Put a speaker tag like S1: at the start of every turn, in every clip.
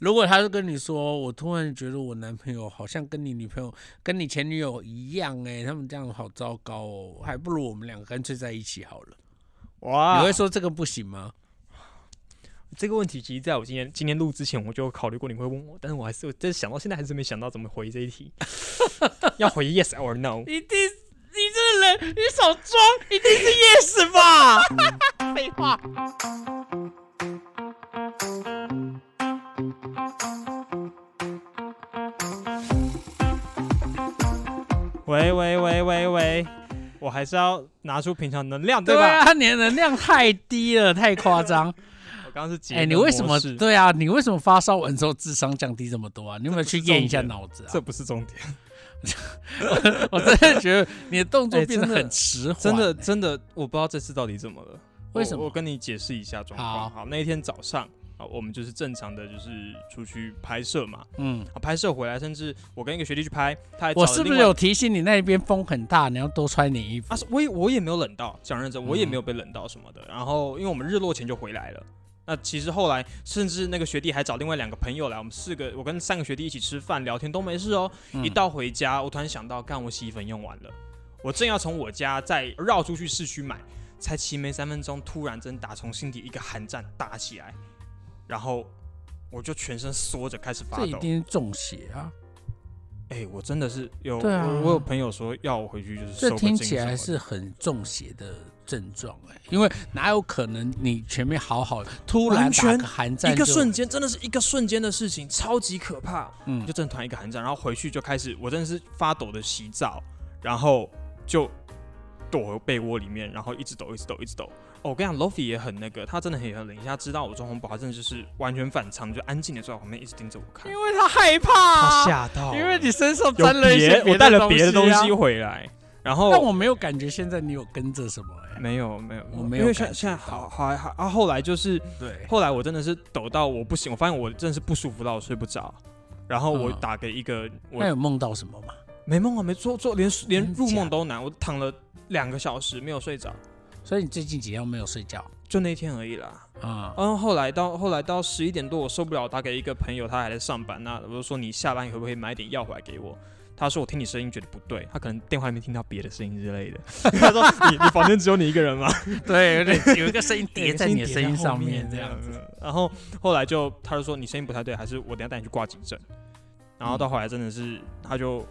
S1: 如果他就跟你说，我突然觉得我男朋友好像跟你女朋友、跟你前女友一样、哎，他们这样好糟糕哦，还不如我们两个干脆在一起好了。
S2: 哇，
S1: 你会说这个不行吗？
S2: 啊这个问题，其实在我今天今天录之前，我就考虑过你会问我，但是我还是我真想到现在还是没想到怎么回这一 题，要回 yes or no。
S1: 一定，你这人，你少装，一定是 yes 吧？
S2: 废话。喂喂喂喂喂，我还是要拿出平常能量，
S1: 对
S2: 吧？
S1: 啊，你的能量太低了，太夸张。
S2: 我刚刚是节
S1: 哎、
S2: 能
S1: 你为什
S2: 模
S1: 么
S2: 式？
S1: 对啊？你为什么发烧完之后智商降低这么多啊？你有没有
S2: 这不是
S1: 去验一下
S2: 重点
S1: 脑子啊啊
S2: 这？不是重点。
S1: 我真的觉得你的动作
S2: 哎
S1: 变得
S2: 真的
S1: 很迟缓、
S2: 真的
S1: 哎
S2: 真的，我不知道这次到底怎么了。
S1: 为
S2: 我
S1: 什么
S2: 我跟你解释一下状
S1: 好
S2: 况。好，那一天早上啊，我们就是正常的，就是出去拍摄嘛。
S1: 嗯，
S2: 啊，拍摄回来，甚至我跟一个学弟去拍，他还哎找
S1: 我
S2: 了
S1: 是不
S2: 另
S1: 是
S2: 外
S1: 有提醒你那边风很大，你要多穿点衣服？
S2: 啊？是我也我也没有冷到，讲认真，我也
S1: 嗯
S2: 没有被冷到什么的。然后，因为我们日落前就回来了。那其实后来，甚至那个学弟还找另外两个朋友来，我们四个，我跟三个学弟一起吃饭聊天都没事哦。
S1: 嗯
S2: 一到回家，我突然想到，干，我洗衣粉用完了，我正要从我家再绕出去市区买，才骑没三分钟，突然真打从心底一个寒战打起来，然后我就全身缩着开始发
S1: 这一
S2: 抖。
S1: 定是中邪啊！
S2: 哎、我真的是有，
S1: 对啊
S2: 我我有朋友说要我回去就是
S1: 这
S2: 收个
S1: 听
S2: 精
S1: 起来
S2: 什么
S1: 是很中邪的症状哎、因为哪有可能你前面好好的，突然
S2: 完
S1: 打
S2: 全
S1: 个寒
S2: 的
S1: 战
S2: 一个
S1: 就
S2: 瞬，间，真的是一个瞬间的事情，超级可怕。
S1: 嗯
S2: 就，正团一个寒战，然后回去就开始，我真的是发抖的洗澡，然后就躲回被窝里面，然后一直抖，一直抖，一直抖。哦，我跟你讲，Lofi 也很那个，他真的很有灵性，他知道我装红宝，他真的就是完全反常，就安静的坐在我旁边一直盯着我看，
S1: 因为他害怕
S2: 他
S1: 啊、
S2: 吓到了，
S1: 因为你身上
S2: 有
S1: 沾了一些
S2: 别我带了别
S1: 别的
S2: 的东
S1: 啊
S2: 西哦回来，然
S1: 但
S2: 后
S1: 我没有感觉现在你有跟着什么哎、
S2: 没有没有，
S1: 我没有
S2: 因为现
S1: 感
S2: 在
S1: 觉
S2: 现在
S1: 到
S2: 好好好啊，后来就是
S1: 对，
S2: 后来我真的是抖到我不行，我发现我真的是不舒服到我睡不着，然后我
S1: 嗯
S2: 打给一个我
S1: 那有梦到什么吗？
S2: 没梦啊，没做做，连连
S1: 真
S2: 入
S1: 假
S2: 梦都难。我躺了两个小时没有睡着，
S1: 所以你最近几天没有睡觉
S2: 就那一天而已啦。
S1: 啊？
S2: 嗯，后来到后来到十一点多，我受不了，打给一个朋友，他还在上班，那我就说你下班可不可以买点药回来给我？他说我听你声音觉得不对，他可能电话里面听到别的声音之类的。 他说你你房间只有你一个人吗？
S1: 对，有点有一个声音叠在你的
S2: 声
S1: 声
S2: 音
S1: 音
S2: 叠在后
S1: 上面
S2: 面
S1: 这样子。
S2: 子。然后后来就他就说你声音不太对，还是我等下带你去挂急诊。然
S1: 嗯
S2: 后到后来真的是他就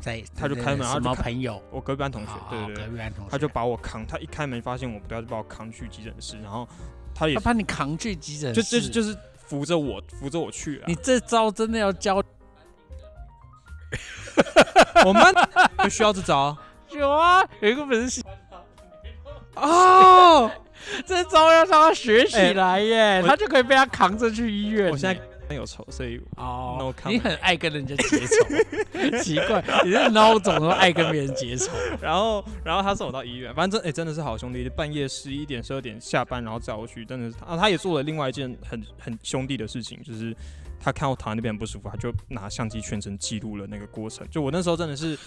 S1: 在
S2: 他就
S1: 在
S2: 开门
S1: 什
S2: 他
S1: 么
S2: 就开
S1: 朋友
S2: 我隔壁班同学
S1: 啊，
S2: 对对对
S1: 隔，壁班同学，
S2: 他就把我扛，他一开门发现我不对，他就把我扛去急诊室，然后他也
S1: 他把你扛去急诊
S2: 就
S1: 室，
S2: 就就是扶着我扶着我去啊了
S1: 你。这招真的要教
S2: 我们 就需要这招
S1: 有啊？有一个粉丝
S2: 哦。
S1: 这招要让他学起来耶，
S2: 我
S1: 他就可以被他扛着去医院耶。
S2: 我现在很有仇，所以
S1: 哦
S2: no comment
S1: 你很爱跟人家结仇，奇怪，你是孬种都爱跟别人结 仇。
S2: 然后然后他送我到医院，反正哎、真的是好兄弟，半夜十一点十二点下班，然后载我去，真的是他、啊、他也做了另外一件很很兄弟的事情，就是。他看我躺在那边很不舒服，他就拿相机全程记录了那个过程。就我那时候真的是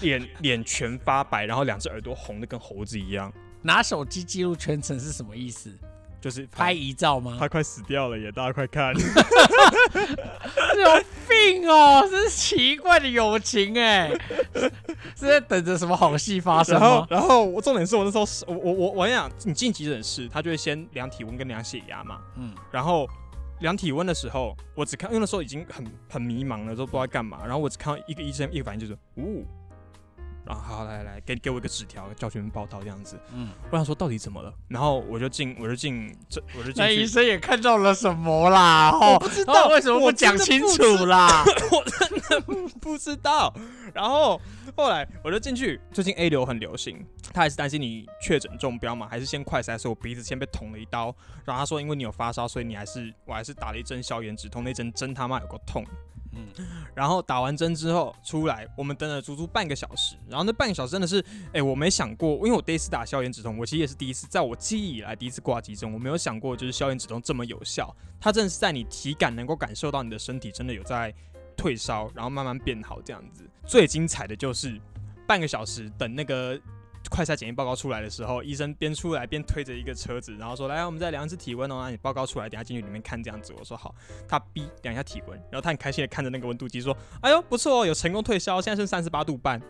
S2: 脸 脸全发白，然后两只耳朵红的跟猴子一样，
S1: 拿手机记录全程是什么意思？
S2: 就是
S1: 拍遗照吗？
S2: 他快死掉了耶！大家快看，
S1: 有病哦，真是奇怪的友情哎， 是在等着什么好戏发生
S2: 然后
S1: 吗？
S2: 然后我重点是我那时候是我我我我跟你讲，你进急诊室，他就会先量体温跟量血压嘛，
S1: 嗯，
S2: 然后量体温的时候，我只看，因为那时候已经很很迷茫了，都不知道干嘛，然后我只看到一个医生，一个反应就是，呜、然后好来来给给我一个纸条，叫学生报道这样子，
S1: 嗯
S2: 嗯，我想说到底怎么了，然后我就进我就进这我就进
S1: 那
S2: 去
S1: 医生也看到了什么啦？哦，
S2: 不知
S1: 然后为什么不
S2: 我真
S1: 讲
S2: 的
S1: 清
S2: 不知
S1: 楚啦？
S2: 不知道。然后后来我就进去，最近 A 流很流行，他还是担心你确诊中标嘛，还是先快筛，所以我鼻子先被捅了一刀。然后他说，因为你有发烧，所以你还是我还是打了一针消炎止痛，那针真他妈有够痛。
S1: 嗯
S2: 然后打完针之后出来，我们等了足足半个小时。然后那半个小时真的是，哎、我没想过，因为我第一次打消炎止痛，我其实也是第一次，在我记忆以来第一次挂急诊，我没有想过就是消炎止痛这么有效。它真的是在你体感能够感受到你的身体真的有在退烧，然后慢慢变好这样子。最精彩的就是半个小时等那个快筛检验报告出来的时候，医生边出来边推着一个车子，然后说：“来，我们再量一次体温哦。”那你报告出来，等一下进去里面看这样子。我说好，他 B 量一下体温，然后他很开心的看着那个温度计说：“哎呦，不错哦，有成功退烧，现在剩三十八度半。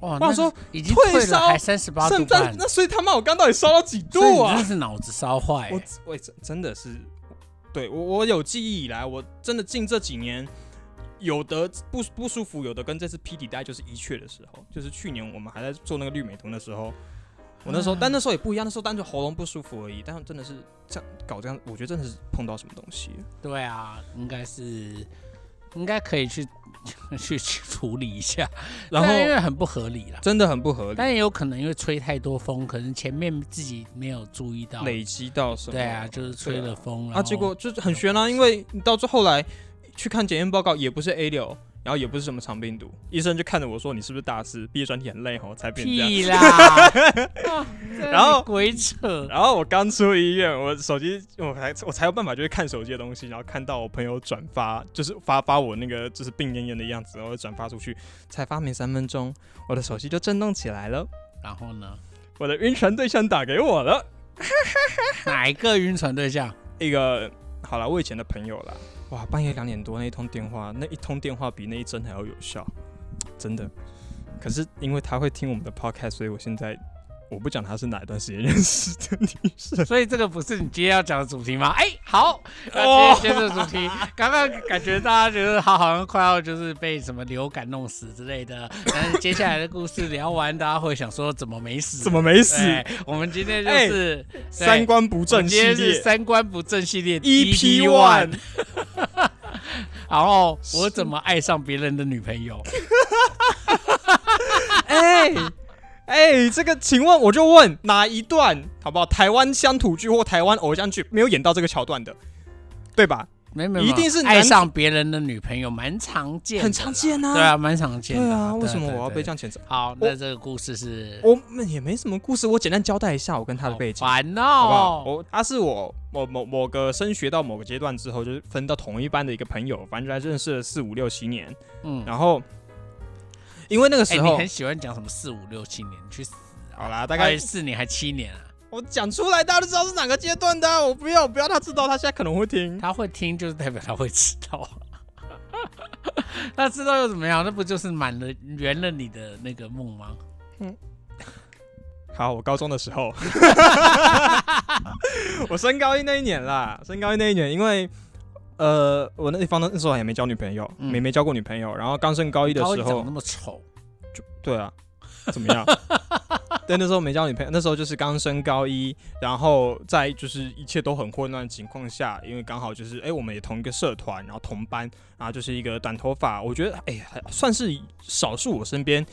S1: 哇，
S2: 我想
S1: 那
S2: 说
S1: 已经
S2: 退
S1: 退
S2: 烧
S1: 了还三十八
S2: 剩
S1: 度
S2: 那
S1: 半，
S2: 那所以他妈我刚到底烧到几
S1: 所以
S2: 度
S1: 你
S2: 啊
S1: 真？是脑子烧坏、
S2: 我
S1: 欸。
S2: 我真真的是，对我我有记忆以来，我真的近这几年有的不不舒服，有的跟这次 P 底带就是一确的时候，就是去年我们还在做那个绿美瞳的时候，我
S1: 嗯
S2: 那时候、但那时候也不一样，那时候单纯喉咙不舒服而已，但真的是这样搞这样，我觉得真的是碰到什么东西了，
S1: 对啊，应该是应该可以去 去去处理一下，
S2: 然
S1: 啊但因
S2: 后
S1: 为很不合理啦。
S2: 真的很不合理，
S1: 但也有可能因为吹太多风，可能前面自己没有注意到。
S2: 累积到什么？
S1: 对啊，就是吹
S2: 对啊
S1: 了风然
S2: 啊，
S1: 后
S2: 结果就是很悬啊，因为你到最后来去看检验报告，也不是 A 流，然后也不是什么肠病毒，医生就看着我说：“你是不是大四？毕业专题很累哦，才变这样。
S1: 屁 啦！啊
S2: 然后
S1: 在那里鬼”扯，
S2: 然后我刚出医院，我手机我才我才有办法就是看手机的东西，然后看到我朋友转发，就是发发我那个就是病恹恹的样子，然后转发出去，才发没三分钟，我的手机就震动起来了，
S1: 然后 呢？
S2: 我的晕船对象打给我了，
S1: 哪一个晕船对象？
S2: 一个好了，我以前的朋友啦，哇，半夜两点多那一通电话，那一通电话比那一针还要有效，真的。可是因为他会听我们的 podcast，所以我现在我不讲他是哪一段时间认识的 女生。
S1: 所以这个不是你今天要讲的主题吗？哎、好，
S2: 哦
S1: 那今天这个主题，刚刚感觉大家觉得他好像快要就是被什么流感弄死之类的，但是接下来的故事聊完，大家会想说怎么没死？
S2: 怎么没死？
S1: 对？我们今天就是、
S2: 三观不
S1: 我
S2: 正
S1: 们
S2: 系
S1: 今天是
S2: 列
S1: 三观不正系列
S2: EP
S1: One，
S2: One，
S1: 然后我怎么爱上别人的女朋友？
S2: 哎哎，这个请问我就问哪一段好不好？台湾乡土剧或台湾偶像剧没有演到这个桥段的，对吧？
S1: 没没，
S2: 一定是男
S1: 爱上别人的女朋友，蛮常见的啦，
S2: 很常见啊
S1: 对啊，蛮常见的
S2: 对
S1: 啦。
S2: 啊，为什么我要
S1: 对
S2: 被这样谴责？
S1: 好，那这个故事是
S2: 我们也没什么故事，我简单交代一下我跟他的背景，
S1: 好烦
S2: 好不好？
S1: 哦，
S2: 我他是我某某某个升学到某个阶段之后，就是分到同一班的一个朋友，反正就来认识了四五六七年，
S1: 嗯，
S2: 然后因为那个
S1: 哎，
S2: 时
S1: 你
S2: 候，
S1: 很哎喜欢讲什么四五六七年，你去死
S2: 好啦，大
S1: 大
S2: 概
S1: 概四年还七年啊？
S2: 我讲出来，大家都知道是哪个阶段的啊，我不要我不要他知道，他现在可能会听。
S1: 他会听，就是代表他会知道。 那知道又怎么样？那不就是满了圆了你的那个梦吗？
S2: 好，我高中的时 候，我升高一那一年啦，升高一那一年，因为。呃，我那地方那时候也没交女朋友，
S1: 嗯
S2: 没没交过女朋友。然后刚升高一的
S1: 高
S2: 时
S1: 一
S2: 候
S1: 长，得那么丑，
S2: 对啊，怎么样？ 对，那时候没交女朋友，那时候就是刚升高一，然后在就是一切都很混乱的情况下，因为刚好就是哎、我们也同一个社团，然后同班，然后就是一个短头发，我觉得哎、还算是少数我身边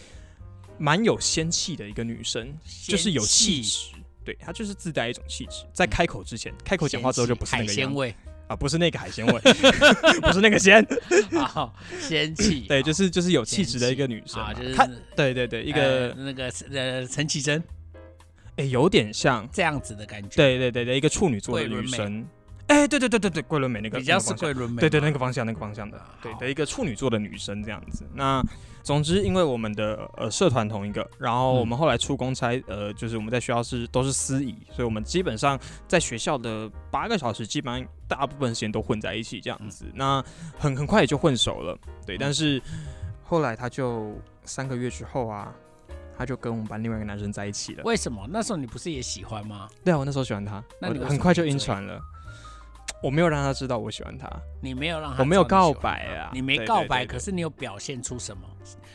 S2: 蛮有仙气的一个女生，就是有
S1: 仙
S2: 气
S1: 气，嗯
S2: 质。对她就是自带一种气质，在开口之前，开口讲话之后就不是那
S1: 海
S2: 个样
S1: 鲜
S2: 子
S1: 味
S2: 啊，不是那个海鲜味， 不是那个鲜，
S1: 啊，仙气，
S2: 对，就是就是有气
S1: 仙
S2: 质的一
S1: 气
S2: 个女生
S1: 啊，
S2: 啊，
S1: 就是
S2: 她对对对，一个
S1: 呃那个呃陈绮贞
S2: 哎、有点像，
S1: 这样子的感觉，，
S2: 对对对对，一个处女座的
S1: 桂纶
S2: 女
S1: 镁
S2: 生，哎、对对对对对，桂纶镁那个
S1: 比较是
S2: 那个方向
S1: 桂纶镁嘛，
S2: 对对，那个方向，那个方向的
S1: 啊，
S2: 对
S1: 好
S2: 的一个处女座的女生这样子。那总之，因为我们的呃社团同一个，然后
S1: 嗯
S2: 我们后来出公差，呃，就是我们在学校是都是司仪，所以我们基本上在学校的八个小时，基本上大部分时间都混在一起这
S1: 嗯
S2: 样子。那很很快也就混熟了，对。但是后来他就三个月之后啊，他就跟我们班另外一个男生在一起了。
S1: 为什么那时候你不是也喜欢吗？
S2: 对啊，我那时候喜欢他，
S1: 那
S2: 我
S1: 你为
S2: 很
S1: 什么
S2: 快就
S1: 会
S2: 晕
S1: 追
S2: 船了。我没有让他知道我喜欢他，
S1: 你没有让他，
S2: 我没有告白啊
S1: 你没
S2: 对
S1: 告
S2: 对
S1: 白，
S2: 对对
S1: 可是你有表现出什么，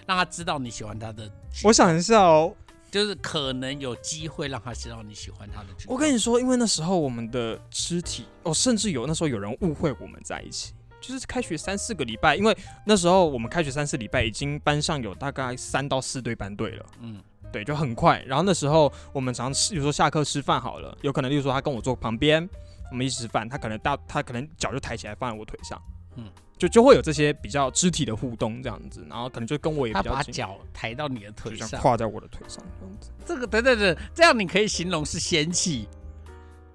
S1: 让他知道你喜欢他的举，
S2: 我想一下哦，
S1: 就是可能有机会让他知道你喜欢他的举动。
S2: 我跟你说，因为那时候我们的肢体哦，甚至有那时候有人误会我们在一起，就是开学三四个礼拜，因为那时候我们开学三四礼拜已经班上有大概三到四对班队了，
S1: 嗯，
S2: 对，就很快。然后那时候我们常吃，比如说下课吃饭好了，有可能例如说他跟我坐旁边，我们一起吃饭，他可能大他可能脚就抬起来放在我腿上，嗯
S1: 嗯，
S2: 就就会有这些比较肢体的互动这样子，然后可能就跟我也比
S1: 他把
S2: 较近，
S1: 脚抬到你的
S2: 就
S1: 腿
S2: 这
S1: 上
S2: 样，跨在我的腿上这样子。
S1: 这个等等等，这样你可以形容是仙气，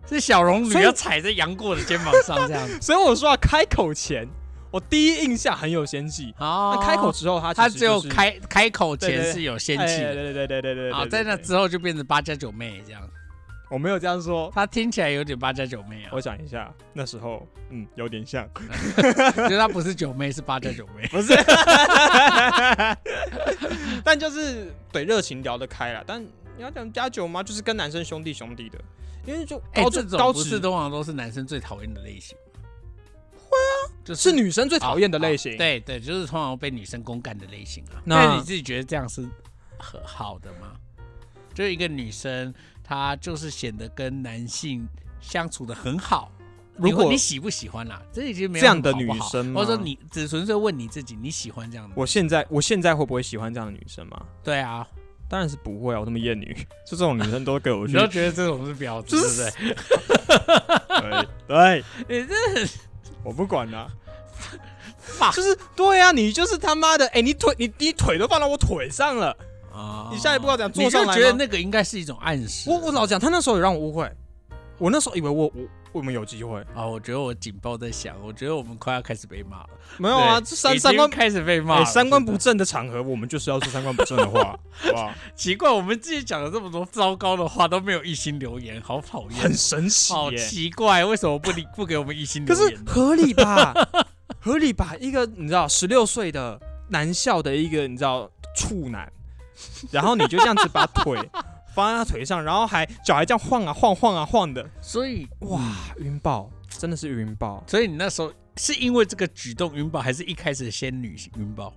S1: 是小龙女
S2: 所以。
S1: 要踩在杨过的肩膀上这样子
S2: 所以我说啊，开口前我第一印象很有仙气。
S1: 哦
S2: 那开口之后，他
S1: 他
S2: 其实
S1: 只有
S2: 就是
S1: 开开口
S2: 对
S1: 前
S2: 对
S1: 是有仙
S2: 哎
S1: 气的，
S2: 对对对对对对。
S1: 啊，
S2: 对
S1: 在
S2: 对
S1: 那
S2: 对
S1: 之后就变成八加九妹这样。
S2: 我没有这样说。
S1: 他听起来有点八加九妹啊，
S2: 我想一下，那时候嗯，有点像，
S1: 觉得他不是九妹，是八加九妹。
S2: 不是， 但就是对热情聊得开了。但你要讲加酒吗？就是跟男生兄弟兄弟的，因为就
S1: 哎、
S2: 高
S1: 这
S2: 中
S1: 种
S2: 高
S1: 不是
S2: 职
S1: 通常都是男生最讨厌的类型。会啊，就是
S2: 是女生最讨厌的类型。
S1: 啊啊对对，就是通常被女生公干的类型啊。
S2: 那
S1: 那你自己觉得这样是很好的吗？就是一个女生，她就是显得跟男性相处的很好。
S2: 如果
S1: 你会你喜不喜欢啦、这已经没有
S2: 这样的
S1: 好不好
S2: 女生吗
S1: 或者说你只纯粹问你自己，你喜欢这样的？
S2: 我现在我现在会不会喜欢这样的女生吗？
S1: 对啊，
S2: 当然是不会啊，我那么厌女， 就这种女生都给我
S1: 你
S2: 去。
S1: 都觉得这种是标志，
S2: 就
S1: 对
S2: 是
S1: 不对？
S2: 对对，
S1: 你这
S2: 我不管啦、
S1: Fuck
S2: 就是对啊，你就是他妈的，哎、你腿你你腿都放到我腿上了，
S1: 啊
S2: 你下一步要怎样
S1: 你
S2: 坐
S1: 就
S2: 上来吗
S1: 觉得那个应该是一种暗示。
S2: 我我老讲，他那时候也让我误会，我那时候以为我我我们有机会，
S1: 啊，我觉得我紧抱在想，我觉得我们快要开始被骂了。
S2: 没有啊，
S1: 对
S2: 这三
S1: 已
S2: 三
S1: 经
S2: 观
S1: 开始被骂
S2: 哎、
S1: 了，
S2: 三观
S1: 真
S2: 不
S1: 的
S2: 正的场合，我们就是要说三观不正的 话，好不好？
S1: 奇怪。我们自己讲了这么多糟糕的话，都没有一心留言，好讨 厌
S2: 很，神奇
S1: 好
S2: 耶、
S1: 奇怪，为什么不理不给我们一心
S2: 可
S1: 留
S2: 是
S1: 言？
S2: 合理吧？ 合理吧？一个你知道十六岁的男校的一个你知道处男，然后你就这样子把腿 放在他腿上，然后还脚还这样晃啊晃晃啊晃的，
S1: 所以
S2: 哇，晕爆！真的是晕爆！
S1: 所以你那时候是因为这个举动晕爆，还是一开始先女晕爆？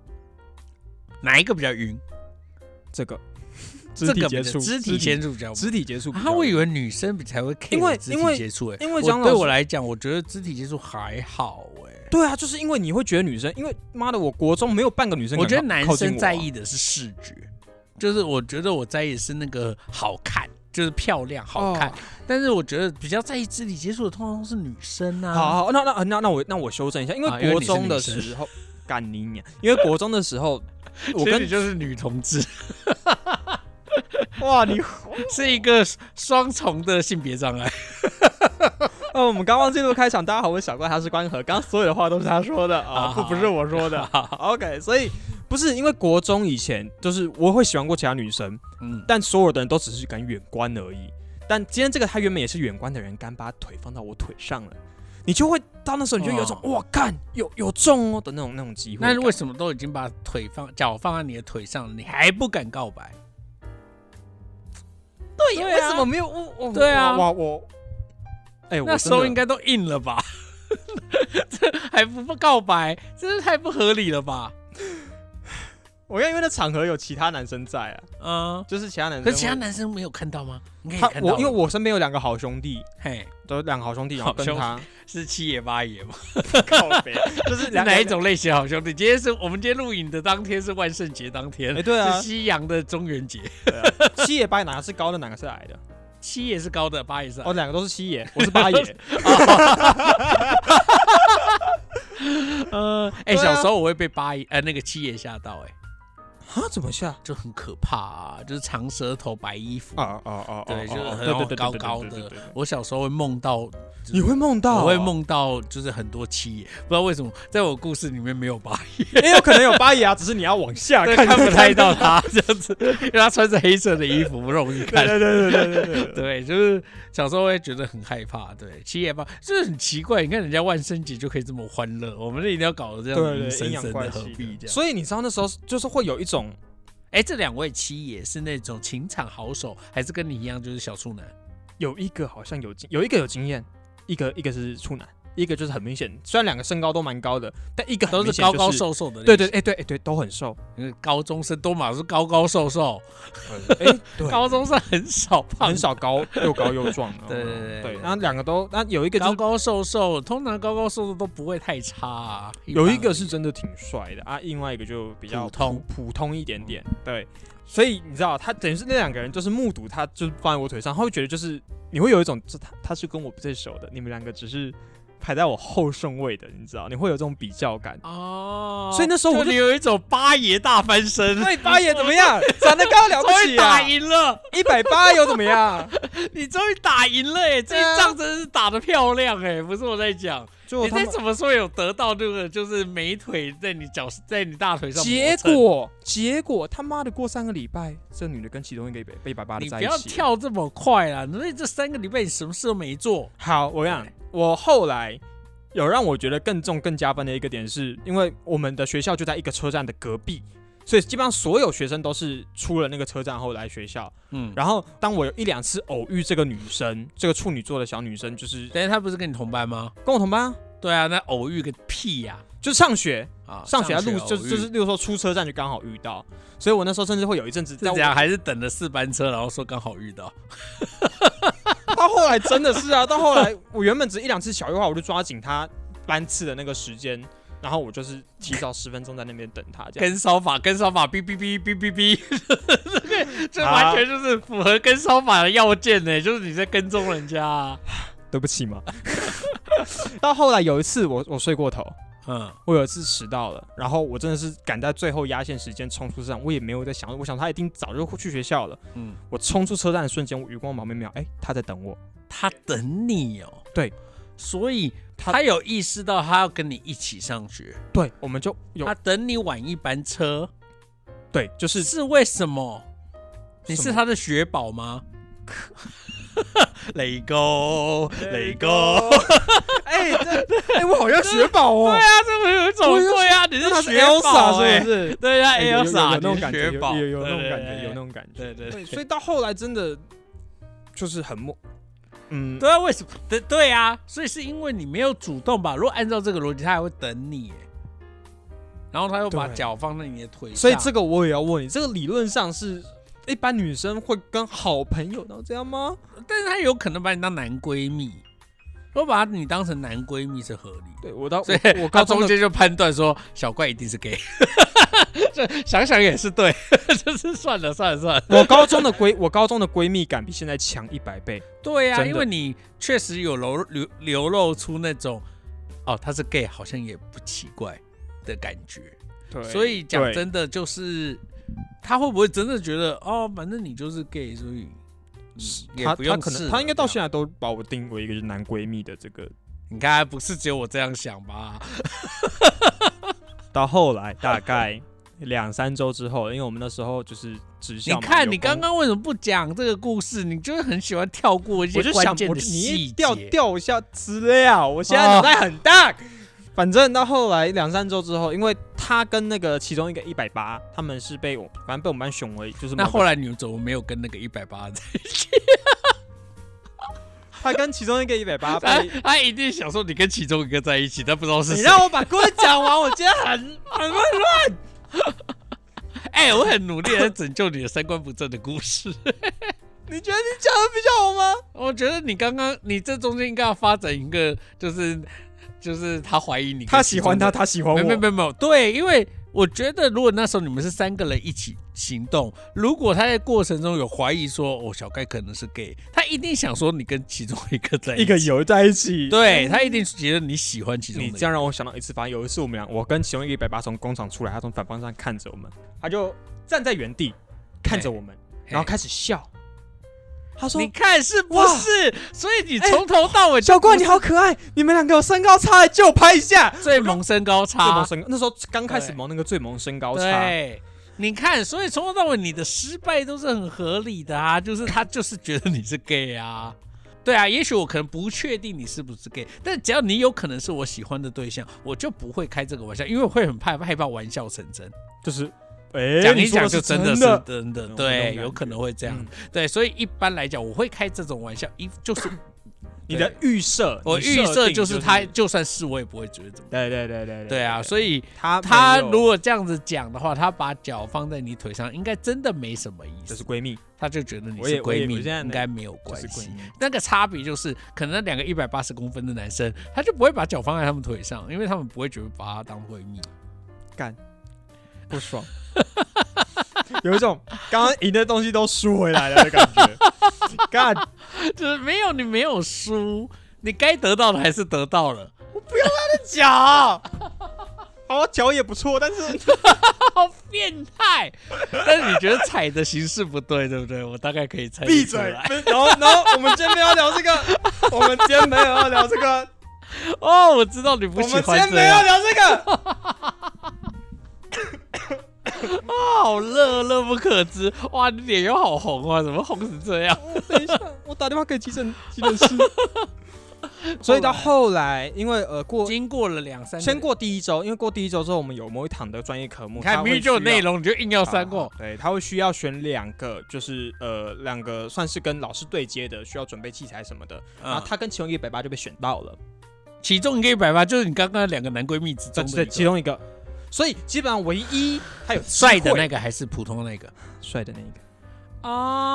S1: 哪一个比较晕？
S2: 这个肢
S1: 这
S2: 体
S1: 个
S2: 接触，
S1: 肢体接触比较
S2: 肢体接触比较，
S1: 啊，我以为女生比才会 care
S2: 因为
S1: 肢
S2: 因为
S1: 体接触、欸，
S2: 因为
S1: 我
S2: 讲老
S1: 对
S2: 实
S1: 我来讲，我觉得肢体接触还好、欸，
S2: 对啊，就是因为你会觉得女生，因为妈的，我国中没有半个女生
S1: 我
S2: 敢靠，
S1: 觉得男
S2: 靠近
S1: 生
S2: 我啊
S1: 在意的是视觉，就是我觉得我在意的是那个好看，就是漂亮好看。
S2: 哦
S1: 但是我觉得比较在意肢体接触的，通常都是女生啊。
S2: 好好，那那那那我那我修正一下，因
S1: 啊
S2: 为
S1: 因为
S2: 国
S1: 你是
S2: 中的
S1: 女生
S2: 时候， 干你娘！因为国中的时候，我
S1: 其实
S2: 跟
S1: 你 就是女同志，
S2: 哇你
S1: 是一个双重的性别障碍。
S2: 呃，我们刚刚进入开场，大家好，我是小怪，他是关河，刚刚所有的话都是他说的啊，
S1: 好
S2: 不不是我说的。OK，所 以不是因为国中以前就是我会喜欢过其他女生，
S1: 嗯，
S2: 但所有的人都只是敢远观而已。但今天这个他原本也是远观的人，敢把腿放到我腿上了，你就会到那时候你就有一种哇干有有中哦的那种那种机会感。
S1: 哦那为什么都已经把腿放脚放在你的腿上，你还不敢告白？
S2: 对呀、
S1: 对啊
S2: 为什么没有我我
S1: 对啊
S2: 我我哎、我
S1: 那时候应
S2: 该
S1: 该都硬了吧？ 这还不告白，真是太不合理了吧？
S2: 我刚因为那场合有其他男生在啊，
S1: 嗯，
S2: 就是其他男生
S1: 可
S2: 会，
S1: 是其他男生没有看到吗？应该也
S2: 他
S1: 看到
S2: 我
S1: 了
S2: 因为我身边有两个好兄弟，
S1: 嘿
S2: 都两个好兄弟，然后
S1: 好
S2: 跟
S1: 兄
S2: 他
S1: 是七爷八爷吗？
S2: 靠北，就是
S1: 是
S2: 两
S1: 哪一？种类型好兄弟？今天是我们今天录影的当天是万圣节当天，
S2: 哎、对啊
S1: 是，西洋的中元节。
S2: 对啊七爷八爷哪个是高的，哪个是矮的？
S1: 七爷是高的，八爷是
S2: 哦，两个都是七爷，我是八爷。
S1: 呃，哎、
S2: 对啊
S1: 小时候我会被八爷呃那个七爷吓到、哎，
S2: 啊，怎么下？
S1: 就很可怕啊，就是长舌头、白衣服。
S2: 啊啊啊！
S1: 对，就是
S2: 哦
S1: 很高高。
S2: 对对对对对对哦
S1: 的
S2: 对对。
S1: 我小时候会梦到，就是
S2: 你会梦到、
S1: 我会，梦到就是很多七爷，不知道为什么，在我故事里面没有八爷，
S2: 也有可能有八爷啊，只是你要往下
S1: 对
S2: 看，
S1: 看不太到。他这样子，因为他穿着黑色的衣服，不容易看
S2: 对。对对对对 对对对。
S1: 对，就是小时候会觉得很害怕，对，七夜八就是很奇怪。你看人家万圣节就可以这么欢乐，我们这一定要搞得这样
S2: 对对
S1: 阴森
S2: 阴阳
S1: 森
S2: 怪
S1: 的，何
S2: 气
S1: 必这样？
S2: 所以你知道那时候就是会有一种
S1: 哎，这两位七爷是那种情场好手，还是跟你一样就是小处男？
S2: 哎有一个好像有经有一个有经验，一个一个是处男，一个就是很明显，虽然两个身高都蛮高的，但一个很
S1: 都
S2: 明
S1: 是
S2: 显就
S1: 高高，瘦瘦的类
S2: 对
S1: 型，
S2: 对，哎、对哎、对，都很瘦，
S1: 因为高中生多嘛是高高瘦瘦，
S2: 哎、对，
S1: 高中生很少胖，
S2: 很少高又高又壮的，
S1: 对对对
S2: 对，那两个都，那有一个就
S1: 高
S2: 是
S1: 高瘦瘦，通常高高瘦瘦都不会太差、啊。
S2: 有一个
S1: 般
S2: 是真的挺帅的啊，另外一个就比较
S1: 普通
S2: 普普通一点点，对，所以你知道他等于是那两个人就是目睹他就是放在我腿上，他会觉得就是你会有一种这他他是跟我不最熟的，你们两个只是排在我后顺位的，你知道，你会有这种比较感。
S1: 哦，
S2: 所以那时候我就
S1: 就有一种八爷大翻身，
S2: 对，八爷怎么 样？长得高了不
S1: 终于
S2: 起啊
S1: 打！赢了。
S2: 一百八又怎么 样？
S1: 你终于打赢了哎、这
S2: 对啊
S1: 一仗真的是打得漂亮哎、不是我在讲，
S2: 就
S1: 你
S2: 他
S1: 再
S2: 们
S1: 怎么说有得到这个，就是美腿在你脚在你大腿上磨
S2: 结
S1: 蹭。
S2: 果结果他妈的过三个礼拜，这女的跟其中一个被被爸爸的
S1: 你
S2: 在
S1: 不
S2: 一
S1: 要
S2: 起。
S1: 跳这么快啦！所以这三个礼拜你什么事都没做，
S2: 好，我跟你讲，我后来有让我觉得更重、更加分的一个点是，因为我们的学校就在一个车站的隔壁，所以基本上所有学生都是出了那个车站后来学校。
S1: 嗯，
S2: 然后当我有一两次偶遇这个女生，这个处女座的小女生，就是
S1: 但是他不是跟你同班吗？
S2: 跟我同班、啊，
S1: 对啊，那偶遇个屁呀、
S2: 就上学
S1: 啊！
S2: 上学在路
S1: 偶
S2: 就
S1: 遇
S2: 就是，例如说出车站就刚好遇到，所以我那时候甚至会有一阵子
S1: 是
S2: 在
S1: 这
S2: 我
S1: 样，还是等了四班车，然后说刚好遇到，
S2: 到后来真的是啊，到后来我原本只一两次小优化，我就抓紧他班次的那个时间，然后我就是提早十分钟在那边等他，这样
S1: 跟烧法，跟烧法，哔哔哔哔哔哔，这个 这完全就是符合跟烧法的要件呢、就是你在跟踪人家、啊，
S2: 对不起嘛。 到后来有一次我我睡过头，
S1: 嗯，
S2: 我有一次迟到了，然后我真的是赶在最后压线时间冲出车站，我也没有在想，我想他一定早就去学校了。
S1: 嗯
S2: 嗯，我冲出车站的瞬间，我余光往旁边瞄，哎、他在等我。
S1: 他等你哦，
S2: 对，
S1: 所以
S2: 他
S1: 他有意识到他要跟你一起上学，
S2: 对，我们就有
S1: 他等你晚一班车，
S2: 对，就是
S1: 是为什么？你
S2: 什
S1: 是
S2: 么
S1: 他的雪宝 吗？雷公，雷公。。
S2: 哎、这哎、我好像雪宝哦、
S1: 对啊，这么有一种
S2: 我就
S1: 对啊，你
S2: 那他
S1: 是
S2: 是
S1: 雪宝
S2: Elsa
S1: 欸
S2: 是不是？
S1: 对啊
S2: 哎有有有
S1: ，Elsa
S2: 有那种
S1: 你是
S2: 感觉，
S1: 雪
S2: 有
S1: 宝，
S2: 有有那
S1: 对
S2: 种感
S1: 对
S2: 觉，有那
S1: 对
S2: 种感觉。
S1: 对对
S2: 对，
S1: 对，
S2: 所以到后来真的就是很默，嗯，
S1: 对啊，为什么？对对啊，所以是因为你没有主动吧？如果按照这个逻辑，他还会等你耶，然后他又把
S2: 对
S1: 脚放在你的腿上，
S2: 所以这个我也要问你，这个理论上是一般女生会跟好朋友到这样吗？
S1: 但是他有可能把你当男闺蜜，我把你当成男闺蜜是合理的。
S2: 对我到
S1: 所以
S2: 我我
S1: 他
S2: 高中
S1: 中
S2: 的
S1: 间就判断说小怪一定是 gay，这想想也是对， 就是算了算了算了。
S2: 我高中的闺我高中的闺蜜感比现在强一百倍。
S1: 对呀、
S2: 真的
S1: 因为你确实有流流流露出那种哦，他是 gay 好像也不奇怪的感觉。
S2: 对
S1: 所以讲
S2: 对
S1: 真的，就是他会不会真的觉得哦，反正你就是 gay，所以嗯
S2: 是
S1: 也
S2: 她
S1: 不用
S2: 她可
S1: 试
S2: 能
S1: 了
S2: 她应该到
S1: 这
S2: 现在都把我定为一个就是男闺蜜的这个。
S1: 你看不是只有我这样想吧？
S2: 到后来大概两三周之后，因为我们那时候就是职
S1: 你
S2: 校嘛，有
S1: 看你
S2: 公
S1: 刚刚为什么不讲这个故事？你就是很喜欢跳过一些
S2: 我就想
S1: 关，键
S2: 我
S1: 的
S2: 就你
S1: 细
S2: 调
S1: 节。
S2: 调一下资料，我现在脑袋很大。反正到后来两三周之后，因为他跟那个其中一个一百八，他们是被我反正被我们班选为就是
S1: 那
S2: 某个
S1: 后来你们怎么没有跟那个一百八在？
S2: 他跟其中一个一百八
S1: 他
S2: 被。
S1: 他一定想说你跟其中一个在一起，但不知道是
S2: 你
S1: 谁。
S2: 让我把故事讲完，我今天很很乱。
S1: 哎、我很努力在拯救你的三观不正的故事。
S2: 你觉得你讲的比较好吗？
S1: 我觉得你刚刚，你这中间应该要发展一个，就是就是他怀疑你，
S2: 他喜欢他，，他喜欢
S1: 没没
S2: 我。
S1: 没没有，对，因为我觉得如果那时候你们是三个人一起行动，如果他在过程中有怀疑说哦小盖可能是 gay，他一定想说你跟其中一个在一起，
S2: 一个游在一起。
S1: 对他一定觉得你喜欢其中的
S2: 你
S1: 一个
S2: 这样让我想到一次，反正有一次我们俩，我跟其中一个一百八从工厂出来，他从反方向看着我们，他就站在原地看着我们，
S1: 嘿
S2: 然后开始笑。他说
S1: 你看是不
S2: 哇
S1: 是？所以你从头到尾：“就
S2: 小怪
S1: 不
S2: 你
S1: 是
S2: 好可爱，你们两个有身高差，借我拍一下。”
S1: 最萌身高
S2: 最萌
S1: 差，
S2: 身高，那时候刚开始萌那个最萌身高差，
S1: 啊对，你看，所以从头到尾你的失败都是很合理的啊， 就是他就是觉得你是 gay 啊。对啊，也许我可能不确定你是不是 gay，但只要你有可能是我喜欢的对象，我就不会开这个玩笑，因为我会很怕害怕玩笑成真。
S2: 就是哎，
S1: 讲
S2: 你
S1: 一
S2: 说
S1: 讲
S2: 的
S1: 就是真
S2: 的
S1: 的是真的，
S2: 嗯我
S1: 对，
S2: 懂
S1: 有可能会这样
S2: 嗯。
S1: 对，所以一般来讲，我会开这种玩笑，一就是
S2: 你的预设，
S1: 我
S2: 你
S1: 预设
S2: 定
S1: 就是他，就算是我也不会觉得怎么样。
S2: 对对对对
S1: 对啊，所以
S2: 他
S1: 他
S2: 没有
S1: 如果这样子讲的话，他把脚放在你腿上，应该真的没什么意
S2: 就
S1: 思。
S2: 是闺蜜，
S1: 他就觉得你
S2: 我
S1: 是
S2: 也我也
S1: 闺蜜，
S2: 我现在
S1: 应该没有
S2: 就
S1: 关
S2: 是闺
S1: 系。
S2: 蜜，
S1: 那个差别就是，可能那两个一百八十公分的男生，他就不会把脚放在他们腿上，因为他们不会觉得把他当闺蜜。
S2: 不爽， 有一种刚刚赢的东西都输回来了的感 觉。干，
S1: 就是没有你没有输，你该得到的还是得到了。
S2: 脚，哦，脚也不错，但是
S1: 好变态！但是你觉得踩的形式不对，对不对？我大概可以猜得
S2: 闭
S1: 出
S2: 嘴
S1: 来。。
S2: 不是然后，然后我们今天没有要聊这个，我们今天没有要聊这个。
S1: 哦，我知道你不
S2: 我
S1: 喜
S2: 们今
S1: 欢
S2: 天
S1: 这
S2: 没有
S1: 样，
S2: 聊这个，
S1: 好热，热不可支。哇，你脸又好红啊，怎么红成这样？
S2: 等一下，我打电话给急诊 急诊室。所以到后来，因为呃过
S1: 经过了两三，
S2: 先，过第一周，因为过第一周之后，我们有某一堂的专业科目，
S1: 你看
S2: 它
S1: 明
S2: 会
S1: 明就有
S2: 需要
S1: 内容，你就硬要删过
S2: 啊。对，他会需要选两个，就是呃两个算是跟老师对接的，需要准备器材什么的。然
S1: 啊
S2: 后，他跟其中一个百八就被选到了，
S1: 其中一个一百八就是你刚刚两个男闺蜜之中的
S2: 对
S1: 一个
S2: 其中一个。所以基本上唯一他有
S1: 帅的那
S2: 个
S1: 个还是普通的那个？
S2: 帅的那一个，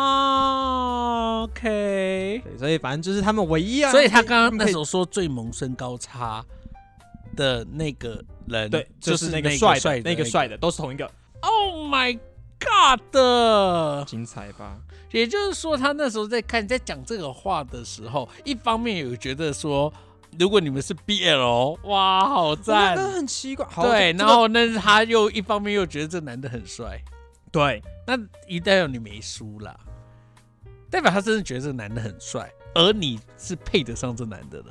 S1: 哦，OK。
S2: 对，所以反正就是他们唯一啊。
S1: 所以他刚刚
S2: 们
S1: 那
S2: 可以
S1: 时候说最萌身高差的那个人，
S2: 对，
S1: 就
S2: 就是
S1: 那
S2: 那个帅
S1: 帅
S2: 的，那个帅的都是同一个，
S1: Oh my God！
S2: 精彩吧？
S1: 也就是说，他那时候在看在讲这个话的时候，一方面有觉得说，如果你们是 BL，哇，好
S2: 真
S1: 赞。
S2: 的很奇怪。好
S1: 对，
S2: 这
S1: 然后但是他又一方面又觉得这男的很帅，
S2: 对
S1: 那一代表你没输啦，代表他真的觉得这个男的很帅，而你是配得上这男的的。。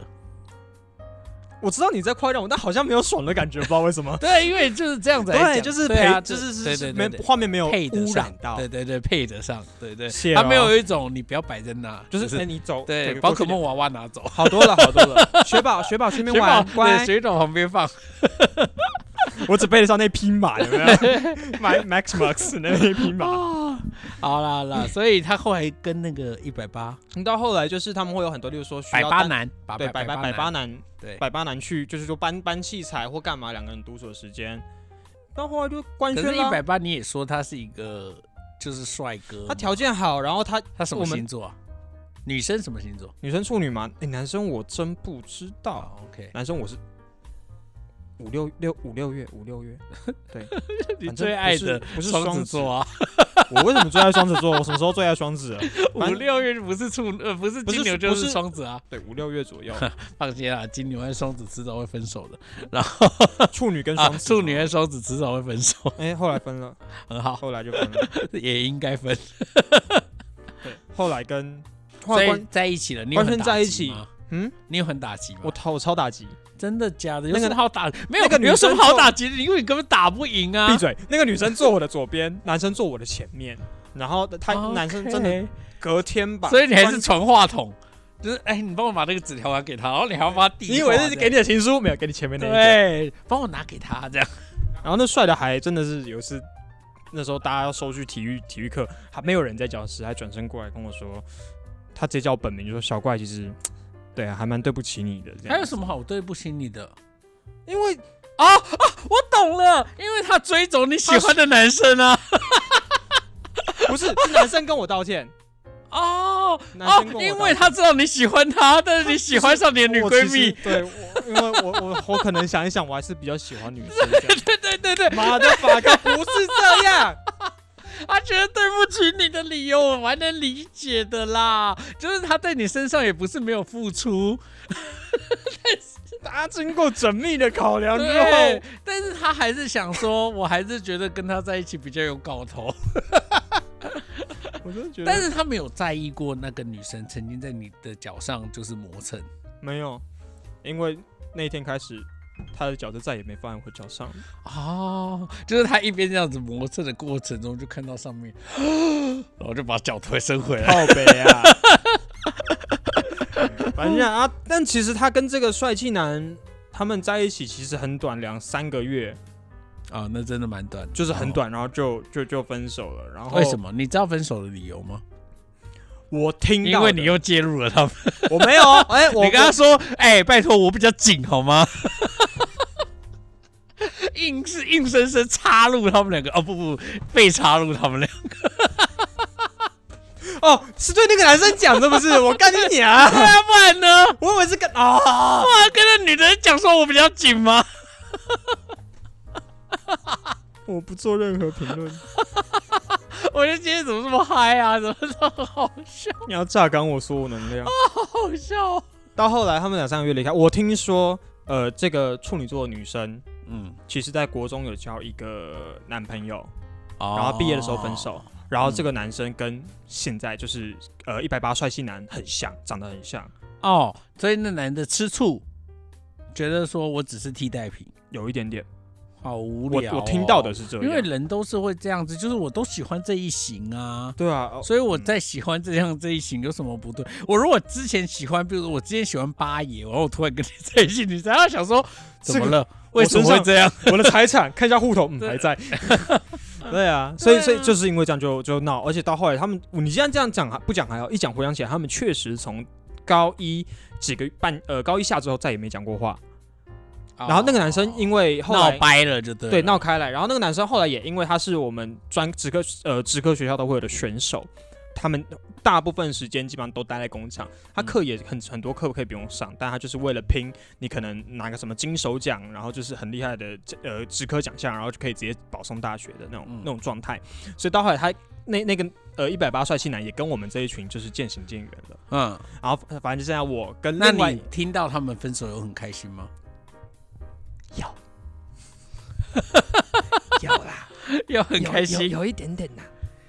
S2: 我知道你在夸奖我，但好像没有爽的感觉，不知道为什么哎
S1: 对，因为就是这样子来讲，
S2: 对，就是
S1: 对啊，
S2: 陪，就是
S1: 对对
S2: 是没
S1: 对对
S2: 画面没有
S1: 配得
S2: 污
S1: 上
S2: 染，到，
S1: 对对对，配得上，对对，
S2: 谢
S1: 他
S2: 咯
S1: 没有一种你不要摆在那，
S2: 就是哎，你走，
S1: 对
S2: 走
S1: 宝
S2: 过去
S1: 可
S2: 一点
S1: 梦娃娃拿走，
S2: 好多了，好多 了。雪宝，雪宝去那边玩，
S1: 对
S2: 乖。
S1: 水桶旁边放，
S2: 我只背得上那匹马，有没 有？买 Max Max 那那匹马。
S1: 好啦好 啦，所以他后来跟那个一百八
S2: 到后来就是他们会有很多，例如说需
S1: 百
S2: 要
S1: 八
S2: 单，
S1: 男，把
S2: 对，
S1: 百
S2: 百
S1: 百
S2: 八百八
S1: 男，
S2: 男，
S1: 对。
S2: 百八男去，就是说搬搬器材或干嘛，两个人独处的时间。到后来就官
S1: 可
S2: 宣
S1: 是，一
S2: 了
S1: 百，八你也说他是一个就是帅哥，
S2: 他条件好，然后他
S1: 他什么
S2: 我们
S1: 星座啊？女生什么星座？
S2: 女生处女嘛，哎，男生我真不知道，
S1: 好，OK，
S2: 男生我是五六六五六月五六月，
S1: 你
S2: 反正
S1: 最爱的
S2: 不是不是
S1: 双
S2: 双
S1: 子
S2: 子
S1: 座啊，
S2: 我为什么最爱双子座？我什么时候最爱双子了？
S1: 五
S2: 反正
S1: 六月不是处呃不是
S2: 不是
S1: 金牛就
S2: 不
S1: 是
S2: 是
S1: 双子啊，
S2: 对，五六月左 右，
S1: 放心啊，金牛和双子迟早会分手的
S2: 处女跟
S1: 啊，
S2: 双子嘛，
S1: 处女和双子迟早会分手，
S2: 哎、后来分了，
S1: 很好，
S2: 后来就分了，
S1: 也应该分，
S2: 对，后来跟后来
S1: 在
S2: 关，
S1: 在一起了，你有
S2: 完
S1: 很
S2: 全
S1: 打
S2: 在一
S1: 击
S2: 起
S1: 吗
S2: 嗯，
S1: 你有很打击吗？
S2: 我超我超打击，
S1: 真的假的？有
S2: 那
S1: 什么
S2: 个
S1: 好打？没有
S2: 那个，女
S1: 有什么
S2: 生
S1: 好
S2: 就
S1: 打击的？因为你根本打不赢啊
S2: 闭！嘴，那个女生坐我的左边，男生坐我的前面，然后他
S1: OK
S2: 男生真的隔天吧，
S1: 所以你还是
S2: 关。
S1: 传话筒，就是哎，你帮我把那个纸条拿给他，然后你还要帮他递话。
S2: 你以为是给
S1: 你
S2: 你的情书，没有给你前面那一个。
S1: 对，帮我拿给他这样。
S2: 然后那帅的还真的是有一次，那时候大家要收去体育体育课，还没有人在教室，还转身过来跟我说，他直接叫我本名，就说小怪，其实对啊，还蛮对不起你的。这样
S1: 还有什么好对不起你的？
S2: 因为
S1: 啊啊！我懂了，因为他追走你喜欢的男生啊。
S2: 不是是男生跟我道歉，
S1: 哦
S2: 男
S1: 哦
S2: 生跟，我
S1: 因
S2: 道
S1: 为
S2: 歉
S1: 他知道你喜欢他，但是你喜欢上你的女
S2: 我
S1: 闺
S2: 其实
S1: 蜜。
S2: 对，我因为我我我可能想一想，我还是比较喜欢女生这样。
S1: 对对对对，
S2: 妈的，法哥不是这样，
S1: 他觉得对不起你的理由，我蛮能理解的啦。就是他在你身上也不是没有付出，
S2: 他经过缜密的考量之
S1: 对
S2: 啊后，，
S1: 但是他还是想说，我还是觉得跟他在一起比较有搞头。
S2: 我真的觉
S1: 但
S2: 得
S1: 是他没有在意过那个女生曾经在你的脚上就是磨蹭。
S2: 没有，因为那天开始，他的脚就再也没放在我脚上了。
S1: 哦，就是他一边这样子磨蹭的过程中，就看到上面，然后就把脚推伸回来。
S2: 靠北啊！ 反正啊，但其实他跟这个帅气男他们在一起其实很短，两三个月
S1: 啊、那真的蛮短的，
S2: 就是很短，然后就就就分手了。然
S1: 哦。
S2: 后
S1: 为什？么？你知道分手的理由吗？
S2: 我听
S1: 因
S2: 到的，
S1: 为你又介入了他们。
S2: 我没有哦， 哎、我
S1: 你跟他说，哎、拜托，我比较紧好 吗？硬是硬生生插入他们两个，哦不不，被插入他们两个。
S2: 哦，是对那个男生讲的，不 是？我干你娘！
S1: 对啊，不然呢？
S2: 我以为是跟啊
S1: 不，然跟那女的讲说我比较紧吗？
S2: 我不做任何评论。
S1: 我觉得今天怎么这么嗨啊？怎么这么好笑？
S2: 你要榨干我所有能量。
S1: 好笑、哦
S2: 到后来他们两三个月离开，我听说，呃，这个处女座的女生
S1: 嗯，
S2: 其实在国中有交一个男朋友，
S1: 然
S2: 然后毕业的时候分手。。然后这个男生跟现在就是
S1: 哦
S2: 呃一百八帅气男很像，长得很像。
S1: 哦，所以那男的吃醋，觉得说我只是替代品，
S2: 有一点点，
S1: 好无
S2: 我
S1: 聊哦、
S2: 我听到的是这样，
S1: 因为人都是会这样子，就是我都喜欢这一型啊。
S2: 对啊，哦
S1: 所以我在喜欢这样这一型有什么不对？我如果之前喜欢，比如说我之前喜欢八爷，然后我突然跟你在一起，你才要想说怎 么了？
S2: 我
S1: 为什么会这样？
S2: 我的财产，看一下户头，嗯，
S1: 对
S2: 还在。 对啊，所以
S1: 对啊
S2: 所以就是因为这样就就闹，而且到后来他们，嗯你既然这样讲还不讲还好，一讲回想起来，他们确实从高一几个半呃高一下之后再也没讲过话。然后那个男生因为后
S1: 哦闹哦
S2: 来
S1: 掰了，就对了
S2: 对闹开来，然后那个男生后来也因为他是我们专职科呃职科学校都会有的选手，他们大部分时间基本上都待在工厂，他
S1: 嗯
S2: 课也很很多课可以不用上，但他就是为了拼，你可能拿个什么金手奖，然后就是很厉害的呃职科奖项，然后就可以直接保送大学的那种、
S1: 嗯
S2: 那种状态，所以到后来他那那个呃一百八帅气男也跟我们这一群就是渐行渐远了，
S1: 嗯，
S2: 然后反反正就剩下我跟
S1: 那
S2: 另外
S1: 你听到他们分手有很开心吗？
S2: 有啦，
S1: 有很
S2: 有
S1: 开心，
S2: 有有一点点啦。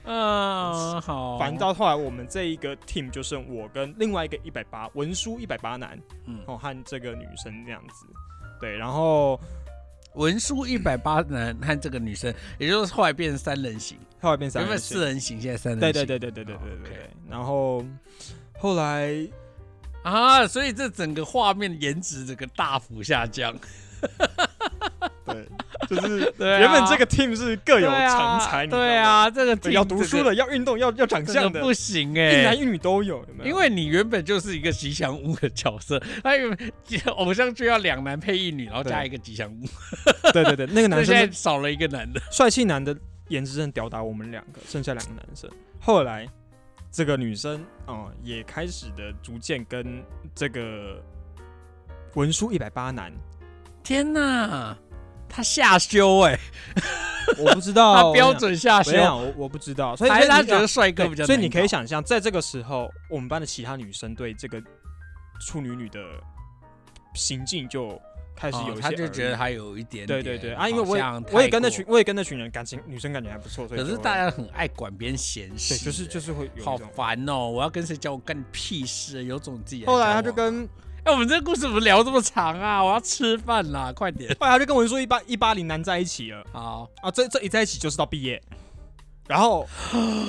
S1: 嗯，好，
S2: 反正到后来，我们这一个 team 就剩我跟另外一个一百八文书一百八男，
S1: 嗯
S2: 哦和这个女生这样子。对，然后
S1: 文书一百八男和这个女生，也就是后来变成三人行，
S2: 后来变三
S1: 原本
S2: 人行
S1: 四人行，现在三人行。
S2: 对对对对对对对对对
S1: 哦
S2: 对。然后后来
S1: 啊，所以这整个画面颜值这个大幅下 降。
S2: 对，就是
S1: 对啊，
S2: 原本这个 team 是各有
S1: 对啊
S2: 成才，你知道吗
S1: 对，啊，这个
S2: 对
S1: team
S2: 要读书
S1: 这个
S2: 的，要运动，要要长
S1: 这
S2: 相
S1: 个
S2: 的，欸
S1: 不行
S2: 一
S1: 哎
S2: 男。一女都有，有 没有？
S1: 因为 你原本就是一个吉祥物的角色，还有偶像剧要两男配一女，然后加一个吉祥物，
S2: 对对对，那个
S1: 那
S2: 男
S1: 现
S2: 生
S1: 在少了一个男的。
S2: 帅气男的颜值真的吊打我们两个，剩下两个男生。后来这个女生啊、呃也开始的逐渐跟这个文书一百 八男，
S1: 天哪，他下修哎、
S2: 我不知道
S1: 他标，准下
S2: 我
S1: 修
S2: 跟你，讲我跟你讲我我不知道，所以
S1: 还是他觉
S2: 所
S1: 得帅
S2: 以你
S1: 哥比
S2: 对
S1: 较难搞。
S2: 所以你可以想象，在这个时候，我们班的其他女生对这个处女女的行径就开始
S1: 哦
S2: 有一些、
S1: 他就觉得。他有一点
S2: 对
S1: 点
S2: 对对啊，因为
S1: 好
S2: 我也
S1: 像
S2: 我也
S1: 太
S2: 跟那
S1: 过
S2: 群我也跟那群人感情女生感情还不错，所以
S1: 可是
S2: 就
S1: 大家很爱管别人闲事
S2: 对
S1: 欸，
S2: 就是就是会有一
S1: 好
S2: 种
S1: 烦哦！我要跟谁交往干屁事？有种自己来
S2: 后来
S1: 交
S2: 他就
S1: 往
S2: 跟
S1: 哎，我们这个故事怎么聊这么长啊？我要吃饭啦，快点！
S2: 后来他就跟文书一八一八零男在一起了
S1: 好，
S2: 啊，这这一在一起就是到毕业，然后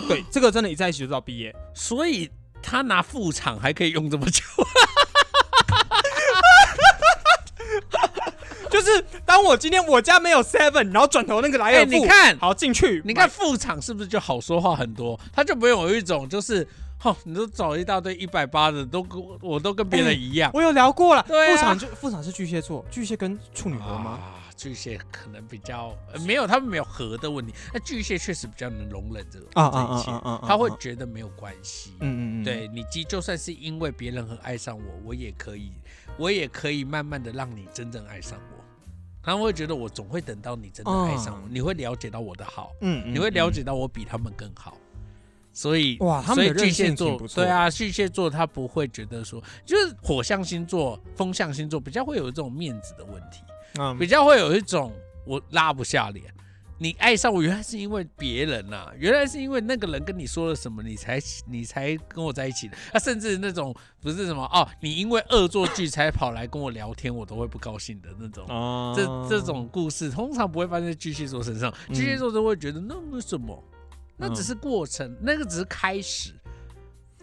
S2: 对这个真的，一在一起就是到毕业，
S1: 所以他拿副厂还可以用这么久，
S2: 就是当我今天我家没有 seven，然后转头那个来
S1: 哎
S2: 尔
S1: 你
S2: 富，
S1: 看
S2: 好进去，
S1: 你看
S2: 买，
S1: 副厂是不是就好说话很多？他就没有一种就是，哦，你都找一大堆一百八的，都跟我我都跟别人一 样。
S2: 我有聊过了，
S1: 对啊
S2: 副厂就副厂是巨蟹座，巨蟹跟处女合吗？
S1: 啊，巨蟹可能比较、呃没有，他们没有合的问题。那巨蟹确实比较能容忍这个
S2: 啊
S1: 这
S2: 啊
S1: 一
S2: 啊
S1: 切
S2: 啊啊啊！
S1: 他会
S2: 啊
S1: 觉得没有关系。啊
S2: 嗯嗯嗯，
S1: 对你，即就算是因为别人很爱上我，我也可以，我也可以慢慢的让你真正爱上我。他们会觉得我总会等到你真的爱上我，
S2: 嗯
S1: 你会了解到我的好，
S2: 嗯，嗯
S1: 你会了。
S2: 嗯
S1: 解到我比他们更好。所以
S2: 哇他
S1: 所
S2: 们
S1: 以
S2: 的
S1: 巨
S2: 韧
S1: 蟹
S2: 性
S1: 座
S2: 挺不错
S1: 对啊，巨蟹座他不会觉得说，就是火象星座、风象星座比较会有这种面子的问题。
S2: 嗯
S1: 比较会有一种我拉不下脸。你爱上我，原来是因为别人呐、原来是因为那个人跟你说了什么，你才你才跟我在一起的。啊，甚至那种不是什么哦，你因为恶作剧才跑来跟我聊天，我都会不高兴的那种。
S2: 哦
S1: 这这种故事通常不会发生在巨蟹座身上，
S2: 嗯
S1: 巨蟹座都会觉得那为什么？那只是过
S2: 嗯
S1: 程，那个只是开始，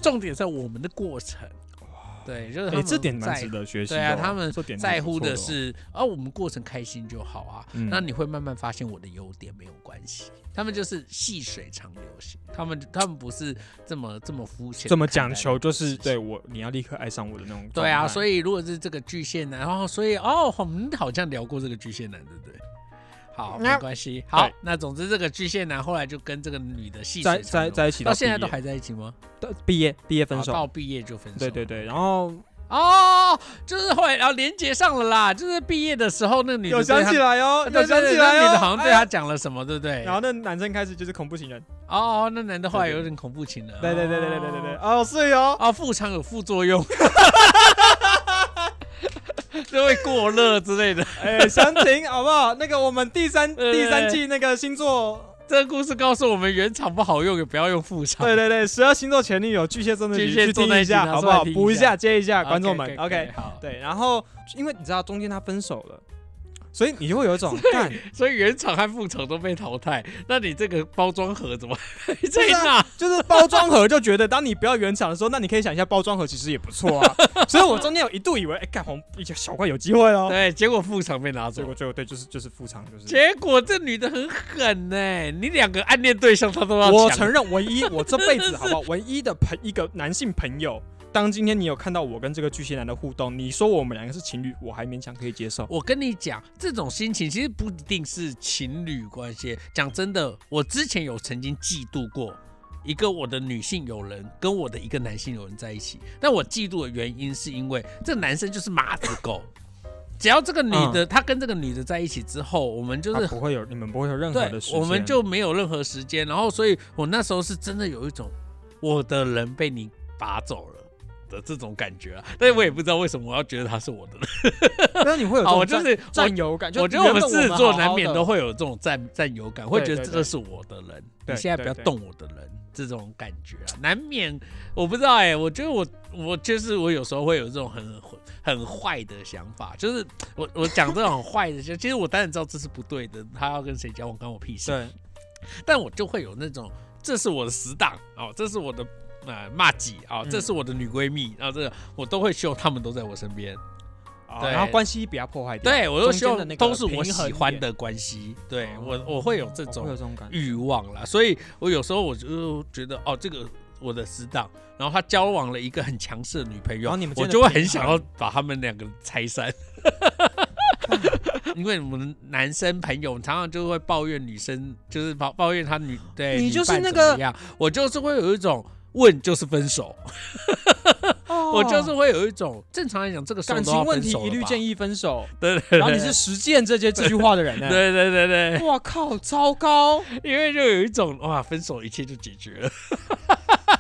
S1: 重点在我们的过程。对，就是他
S2: 哎，
S1: 们
S2: 这点蛮
S1: 在
S2: 值得学习的
S1: 对
S2: 哦。
S1: 啊，他们
S2: 这点
S1: 在
S2: 蛮不
S1: 乎
S2: 错
S1: 的
S2: 哦，
S1: 是，啊，我们过程开心就好啊。
S2: 嗯
S1: 那你会慢慢发现我的优点没有关系，他们就是细水长流型，他们他们不是这么这么肤浅，
S2: 这么讲求，就是对。我你要立刻爱上我的那种。
S1: 对啊，所
S2: 以
S1: 以如果是这个巨蟹男，然、后所以哦，我们好像聊过这个巨蟹男，对不对？好，没
S2: 那
S1: 关系。好
S2: 对，
S1: 那总之这个巨蟹男后来就跟这个女的细水
S2: 在
S1: 长
S2: 在
S1: 流，
S2: 在一起
S1: 到现在
S2: 毕
S1: 都
S2: 业
S1: 还在一起吗？
S2: 到毕业毕业分
S1: 好
S2: 手，
S1: 到毕业就分手。
S2: 对对对，然后
S1: 哦，就是后来然后连接上了啦，就是毕业的时候那个女的对他
S2: 来哦
S1: 对对对，那女的好像对
S2: 哎
S1: 他
S2: 呀哎
S1: 讲了什么，对不对？
S2: 然后那男生开始就是恐怖情人，
S1: 哦，那男的后来有点恐怖情人。
S2: 对对对对对对对对，
S1: 哦。
S2: 哦是哦，
S1: 哦，腹肠有副作用， 就会过热之类的。
S2: 哎，详情好不好？那个我们第三
S1: 对对
S2: 第三季那个星座
S1: 这个故事告诉我们，原厂不好用，也不要用副厂。
S2: 对对对，十二星座前女友巨蟹座那集
S1: 巨蟹
S2: 去
S1: 座
S2: 听
S1: 那一
S2: 一
S1: 集
S2: 下，
S1: 拿
S2: 好
S1: 出
S2: 不
S1: 来
S2: 好？
S1: 听一
S2: 补一
S1: 下
S2: 下接一下
S1: OK，
S2: 观众们
S1: OK，
S2: ，OK。
S1: 好。
S2: 对，然后因为你知道中间他分手了，所以你就会有一种干
S1: 所以原厂和副厂都被淘汰，那你这个包装盒怎么还 在
S2: 是
S1: 那？
S2: 就是包装盒就觉得，当你不要原厂的时候，那你可以想一下包装盒其实也不错啊。所以我中间有一度以为，哎、干红小怪有机会哦。
S1: 对，结果副厂被拿
S2: 结
S1: 走
S2: 果。最后对，就是就是副厂就是。
S1: 结果这女的很狠呢、你两个暗恋对象她都要
S2: 我
S1: 抢
S2: 承认，唯一我这辈子好不好，唯一的朋一个男性朋友，当今天你有看到我跟这个巨蟹男的互动，你说我们两个是情侣，我还勉强可以接受。
S1: 我跟你讲，这种心情其实不一定是情侣关系。讲真的，我之前有曾经嫉妒过一个我的女性友人跟我的一个男性友人在一起，但我嫉妒的原因是因为这男生就是马子狗，只要这个女的、她跟这个女的在一起之后，我们就是
S2: 他不会有你们不会有任何
S1: 对
S2: 的时，间，
S1: 我们就没有任何时间。然后，所以我那时候是真的有一种我的人被你拔走了。的这种感觉啊，但是我也不知道为什么我要觉得他是我的 人
S2: 那你会有这
S1: 啊，
S2: 种
S1: 我就
S2: 占
S1: 是我
S2: 占有感。就
S1: 我觉得我
S2: 原
S1: 们
S2: 本
S1: 狮子座
S2: 好好
S1: 难免
S2: 的
S1: 都会有这种占占有感，会觉得
S2: 对
S1: 这
S2: 对
S1: 个是我的人，你
S2: 对
S1: 现在不要
S2: 对对
S1: 动我的人，这种感觉啊，难免我不知道哎、我觉得我我就是我有时候会有这种很很坏的想法，就是我我讲这种很坏的，就其实我当然知道这是不对的，他要跟谁交往关我屁事，
S2: 对，
S1: 但我就会有那种，这是我的死党哦，这是我的呃骂姐哦，
S2: 嗯
S1: 这是我的女闺蜜，然后这个我都会希望他们都在我身边，
S2: 哦
S1: 对
S2: 然后关系不要破坏掉。
S1: 对我就
S2: 中
S1: 希
S2: 间的
S1: 望
S2: 那个
S1: 都是我
S2: 平衡
S1: 喜欢
S2: 点
S1: 的关系，对
S2: 哦
S1: 我我会有这
S2: 我会有
S1: 种
S2: 这种感觉。
S1: 欲望啦，所以我有时候我就觉得哦，这个我的死党，然后他交往了一个很强势的女朋友，
S2: 然哦后你们
S1: 我
S2: 真的
S1: 就会
S2: 平
S1: 很想要
S2: 衡
S1: 把他们两个拆散。 因为我们男生朋友常常就会抱怨女生，就是抱抱怨他女对，
S2: 你
S1: 女
S2: 就是
S1: 伴
S2: 那
S1: 怎么
S2: 个
S1: 样，我就是会有一种问就是分手，我就是会有一种正常来讲这个时候
S2: 哦
S1: 哦
S2: 感
S1: 都
S2: 情
S1: 要
S2: 问
S1: 分
S2: 题
S1: 手
S2: 一律
S1: 了吧
S2: 建议分手，
S1: 对对对，
S2: 然后你是实践这些这句话的人呢、哎
S1: 对对对 对，
S2: 哇靠，糟糕！
S1: 因为就有一种哇，分手一切就解决了，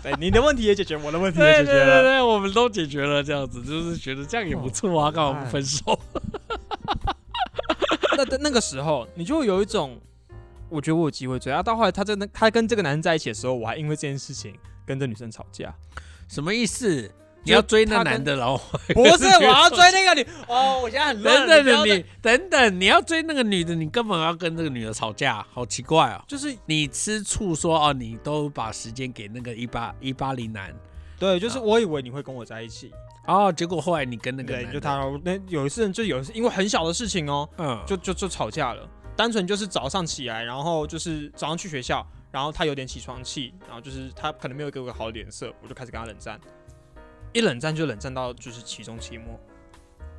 S2: 对，你的问题也解决，我的问
S1: 对对对。对，我们都解决了，这样子就是觉得这样也不错啊，
S2: 哦
S1: 干嘛不分手？
S2: 那那那个时候，你就会有一种，我觉得我有机会追。啊，到后来他真的，他跟这个男人在一起的时候，我还因为这件事情跟这女生吵 架。
S1: 什么意思？你
S2: 就
S1: 要追那
S2: 他跟
S1: 男的，然 后
S2: 不是，我要追那个女。哦， 我现在很
S1: 等 等
S2: 乱。不要
S1: 等
S2: 再
S1: 你等等，你要追那个女的，你根本要跟那个女的吵架，好奇怪哦。
S2: 就是
S1: 你吃醋说哦，你都把时间给那个一八一八零男
S2: 对，就是我以为你会跟我在一起，
S1: 哦，结果后来你跟那个
S2: 对，
S1: 男
S2: 就
S1: 的，
S2: 他那有一次就有一次因为很小的事情哦，
S1: 嗯，
S2: 就就就吵架了，单纯就是早上起来，然后就是早上去学校，然后他有点起床气，然后就是他可能没有给我个好脸色，我就开始跟他冷战，一冷战就冷战到就是期中期末，